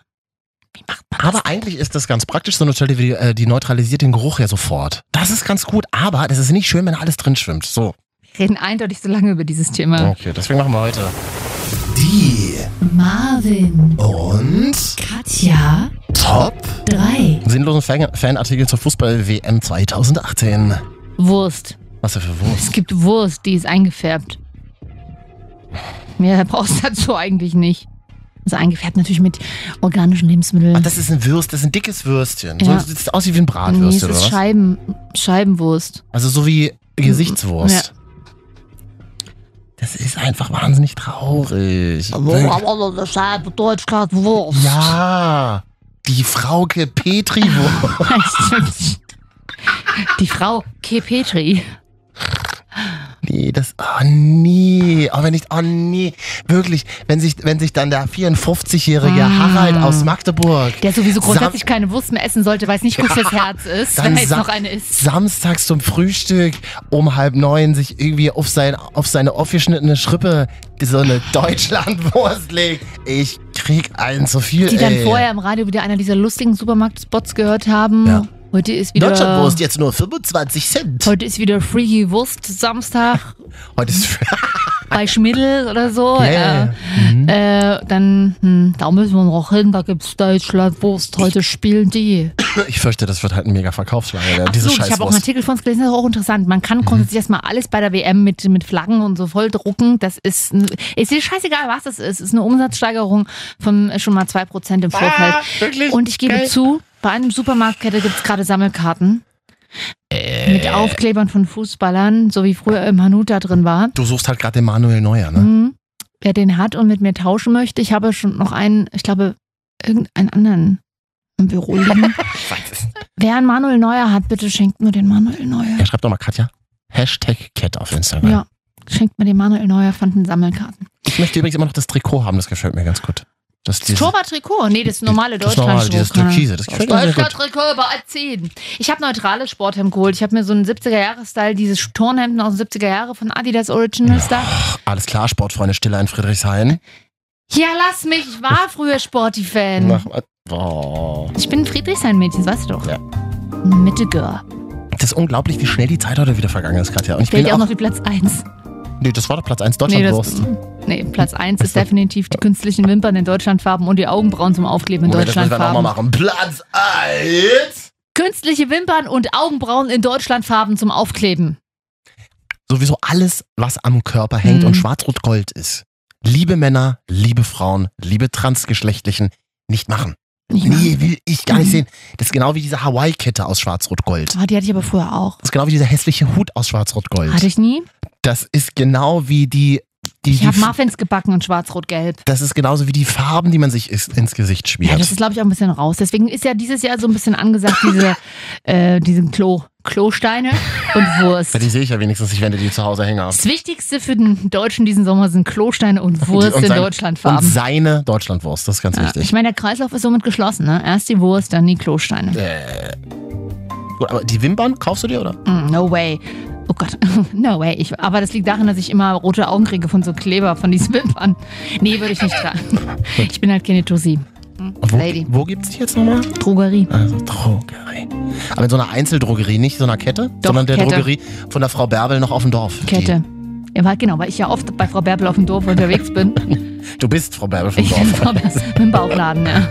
S8: Aber eigentlich ist das ganz praktisch, so eine Toilette, die, äh, die neutralisiert den Geruch ja sofort. Das ist ganz gut, aber das ist nicht schön, wenn da alles drin schwimmt. So.
S4: Wir reden eindeutig so lange über dieses Thema.
S8: Okay, deswegen machen wir heute.
S1: Die
S4: Marvin
S1: und
S4: Katja
S1: Top
S4: 3.
S8: Sinnlosen Fan Fanartikel zur Fußball-WM 2018.
S4: Wurst.
S8: Was denn für Wurst?
S4: Es gibt Wurst, die ist eingefärbt. Mehr brauchst du dazu eigentlich nicht. Also eingefärbt natürlich mit organischen Lebensmitteln.
S8: Ach, das ist ein Würst, das ist ein dickes Würstchen.
S4: Mhm. Ja.
S8: So, das sieht aus wie ein
S4: nee,
S8: Bratwürstchen,
S4: es
S8: oder
S4: ist
S8: was?
S4: Scheiben, Scheibenwurst.
S8: Also so wie Gesichtswurst.
S4: Mhm, Ja.
S8: Das ist einfach wahnsinnig traurig.
S4: Deutschlandwurst.
S8: Ja, die Frauke Petri Wurst.
S4: Die Frau K. Petri.
S8: Nee, das, oh nee, oh, wenn ich, oh nee, wirklich, wenn sich, wenn sich dann der 54-jährige
S4: Ah.
S8: Harald aus Magdeburg,
S4: Der sowieso grundsätzlich
S8: Sam-
S4: keine Wurst mehr essen sollte, weil es nicht gut fürs Herz ist,
S8: dann
S4: wenn es
S8: sa-
S4: noch eine ist.
S8: samstags zum Frühstück um halb neun sich irgendwie auf, sein, auf seine aufgeschnittene Schrippe so eine Deutschlandwurst legt, ich krieg einen zu viel,
S4: Die dann
S8: ey.
S4: vorher im Radio wieder einer dieser lustigen Supermarkt-Spots gehört haben.
S8: Ja.
S4: Heute ist wieder.
S8: Deutschlandwurst jetzt nur 25 Cent.
S4: Heute ist wieder Free Wurst Samstag
S8: Heute ist
S4: bei Schmidl oder so.
S8: Yeah.
S4: Ja.
S8: Mhm.
S4: Äh, dann, hm, da müssen wir noch hin, da gibt's Deutschlandwurst. Heute spielen die.
S8: Ich fürchte, das wird halt ein mega Verkaufsschlager, werden,
S4: Ach
S8: diese
S4: so, ich habe auch einen
S8: Scheißwurst.
S4: Artikel von uns gelesen, das ist auch interessant. Man kann grundsätzlich erstmal alles bei der WM mit, mit Flaggen und so voll drucken. Das ist, ein- ist dir scheißegal, was das ist. Es ist eine Umsatzsteigerung von schon mal 2% im Vorfeld. und ich gebe zu, bei einem Supermarktkette gibt es gerade Sammelkarten. Mit Aufklebern von Fußballern, so wie früher im Hanuta drin war.
S8: Du suchst halt gerade den Manuel Neuer, ne?
S4: Mhm. Wer den hat und mit mir tauschen möchte, ich habe schon noch einen, ich glaube, irgendeinen anderen im Büro liegen. Wer einen Manuel Neuer hat, bitte schenkt mir den Manuel Neuer.
S8: Ja, schreib doch mal Katja. Hashtag Cat auf Instagram.
S4: Ja, schenkt mir den Manuel Neuer fand den Sammelkarten.
S8: Ich möchte übrigens immer noch das Trikot haben, das gefällt mir ganz gut. Das,
S4: Das
S8: dieses,
S4: Torwart-Trikot, nee, das normale
S8: Das normale, dieses
S4: Deutschland-Trikot.
S8: Türkise, das gefällt mir sehr gut.
S4: Deutschland-Trikot überall 10. Ich habe neutrales Sporthemd geholt. Ich habe mir so einen 70er-Jahre-Style, dieses Turnhemden aus den 70er-Jahre von Adidas Original Star.
S8: alles klar, Sportfreunde, Stille in Friedrichshain.
S4: Ja, lass mich, ich war früher Sporty-Fan.
S8: Mach mal- Oh.
S4: Ich bin ein Friedrichshain-Mädchen, das weißt du doch.
S8: Ja.
S4: Mitte Girl.
S8: Das ist unglaublich, wie schnell die Zeit heute wieder vergangen ist, Katja. Und ich
S4: Fehlt
S8: bin
S4: ja auch noch
S8: auch,
S4: die Platz 1.
S8: nee, das war doch Platz 1
S4: Nee, das-
S8: Deutschlandwurst.
S4: Nee, Platz 1 ist definitiv die künstlichen Wimpern in Deutschlandfarben und die Augenbrauen zum Aufkleben in
S8: Moment, das müssen wir nochmal
S4: Deutschlandfarben.
S8: machen. Platz 1!
S4: Künstliche Wimpern und Augenbrauen in Deutschlandfarben zum Aufkleben.
S8: Sowieso alles, was am Körper hängt
S4: Mhm.
S8: und schwarz-rot-gold ist. Liebe Männer, liebe Frauen, liebe Transgeschlechtlichen, nicht machen.
S4: Nicht machen.
S8: Nee, will ich
S4: Mhm.
S8: gar nicht sehen. Das ist genau wie diese Hawaii-Kette aus Schwarz-Rot-Gold.
S4: Ah, die hatte ich aber früher auch.
S8: Das ist genau wie dieser hässliche Hut aus
S4: Hatte
S8: Schwarz-Rot-Gold.
S4: ich nie.
S8: Das ist genau wie die. die,
S4: Ich
S8: die
S4: habe Muffins gebacken in schwarz-rot-gelb.
S8: das ist genauso wie die Farben, die man sich is- ins Gesicht
S4: Ja,
S8: schmiert.
S4: das ist, glaube ich, auch ein bisschen raus. Deswegen ist ja dieses Jahr so ein bisschen angesagt, diese, äh, diesen Klo, Klosteine und Wurst.
S8: Bei die sehe ich ja wenigstens nicht, wenn du die zu Hause hängen hast.
S4: Das Wichtigste für den Deutschen diesen Sommer sind Klosteine und Wurst
S8: Und
S4: in
S8: sein- Und
S4: Deutschlandfarben.
S8: seine Deutschlandwurst, das ist ganz
S4: Ja, ich
S8: wichtig.
S4: meine, der Kreislauf ist somit geschlossen. Ne? Erst die Wurst, dann die Klosteine.
S8: Äh, gut, aber die Wimpern kaufst du dir, oder?
S4: Mm, No way. Oh Gott, no way. Ich, aber das liegt daran, dass ich immer rote Augen kriege von so Kleber, von diesen Wimpern. Nee, würde ich nicht tragen. Ich bin halt keine Tussi.
S8: Und wo,
S4: Lady.
S8: wo gibt's die jetzt nochmal?
S4: Drogerie.
S8: Also Drogerie. Aber in so einer Einzeldrogerie, nicht so einer Kette,
S4: Doch,
S8: sondern der
S4: Kette.
S8: Drogerie von der Frau Bärbel noch auf dem Dorf.
S4: Kette. Ja, weil, genau, weil ich ja oft bei Frau Bärbel auf dem Dorf unterwegs bin.
S8: Die, du bist Frau Bärbel vom
S4: Ich bin
S8: Dorf.
S4: Frau Bärbel im Bauchladen, ja.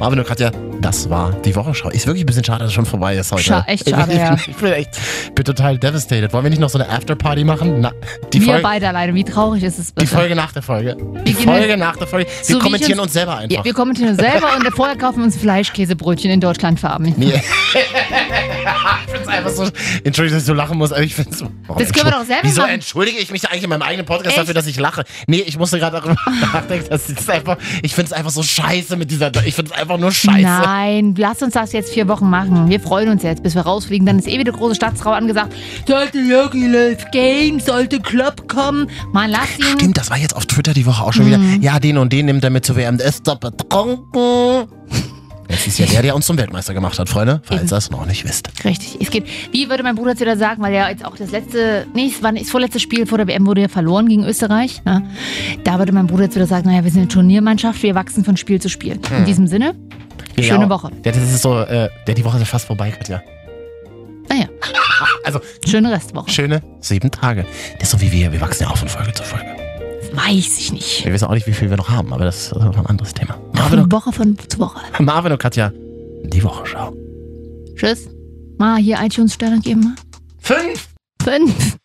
S8: Marvin und Katja, das war die Wochenschau. Ist wirklich ein bisschen schade, dass es schon vorbei ist heute.
S4: Scha- echt schade,
S8: ich,
S4: ja.
S8: bin, ich bin echt ich bin total devastated. Wollen wir nicht noch so eine Afterparty machen? Na, die,
S4: Wir
S8: Folge,
S4: beide alleine. Wie traurig ist es bitte?
S8: die Folge nach der Folge. Die
S4: gehen
S8: Folge
S4: mit-
S8: nach der Folge. wir
S4: So wie ich
S8: kommentieren
S4: uns-
S8: uns selber einfach.
S4: Ja, wir kommentieren selber und vorher kaufen wir uns Fleischkäsebrötchen in Deutschlandfarben.
S8: Nee. find's einfach so. Entschuldige, dass ich so lachen muss, aber ich find's so. Warum
S4: Das können
S8: entschuldige-
S4: wir doch selber
S8: Wieso
S4: machen.
S8: entschuldige ich mich eigentlich in meinem eigenen Podcast
S4: Echt?
S8: dafür, dass ich lache? Nee, ich musste gerade darüber nachdenken, dass ich das einfach. Ich find's einfach so scheiße mit dieser. Ich find's einfach nur scheiße.
S4: Nein, lass uns das jetzt vier Wochen machen. Wir freuen uns jetzt, bis wir rausfliegen. Dann ist eh wieder große Stadtsrau angesagt. Sollte Lucky Life Game, sollte Club kommen. Mann, lass ihn.
S8: Stimmt, das war jetzt auf Twitter die Woche auch schon
S4: Mhm.
S8: wieder. Ja, den und den nimmt er mit zur WM. Der ist doch betrunken. Jetzt ist ja der, der uns zum Weltmeister gemacht hat, Freunde. Falls ihr es noch nicht wisst.
S4: Richtig, es geht. Wie würde mein Bruder jetzt wieder sagen, weil ja jetzt auch das letzte, nee, es war das vorletzte Spiel vor der WM wurde ja verloren gegen Österreich. Ja. Da würde mein Bruder jetzt wieder sagen, naja, wir sind eine Turniermannschaft, wir wachsen von Spiel zu Spiel. In
S8: Hm.
S4: diesem Sinne, schöne
S8: Ja,
S4: Woche.
S8: Genau. Der, das ist so, äh, der die Woche ist fast vorbei, Katja.
S4: Naja.
S8: Also,
S4: schöne Restwoche.
S8: Schöne sieben Tage. Das ist so wie wir. Wir wachsen ja auch von Folge zu Folge.
S4: Weiß ich nicht.
S8: Wir wissen auch nicht, wie viel wir noch haben, aber das ist noch ein anderes Thema.
S4: Von Woche von zu Woche.
S8: Marvin und Katja, die Woche schau.
S4: Tschüss. Mal hier iTunes-Sterne geben.
S8: Fünf!
S4: Fünf.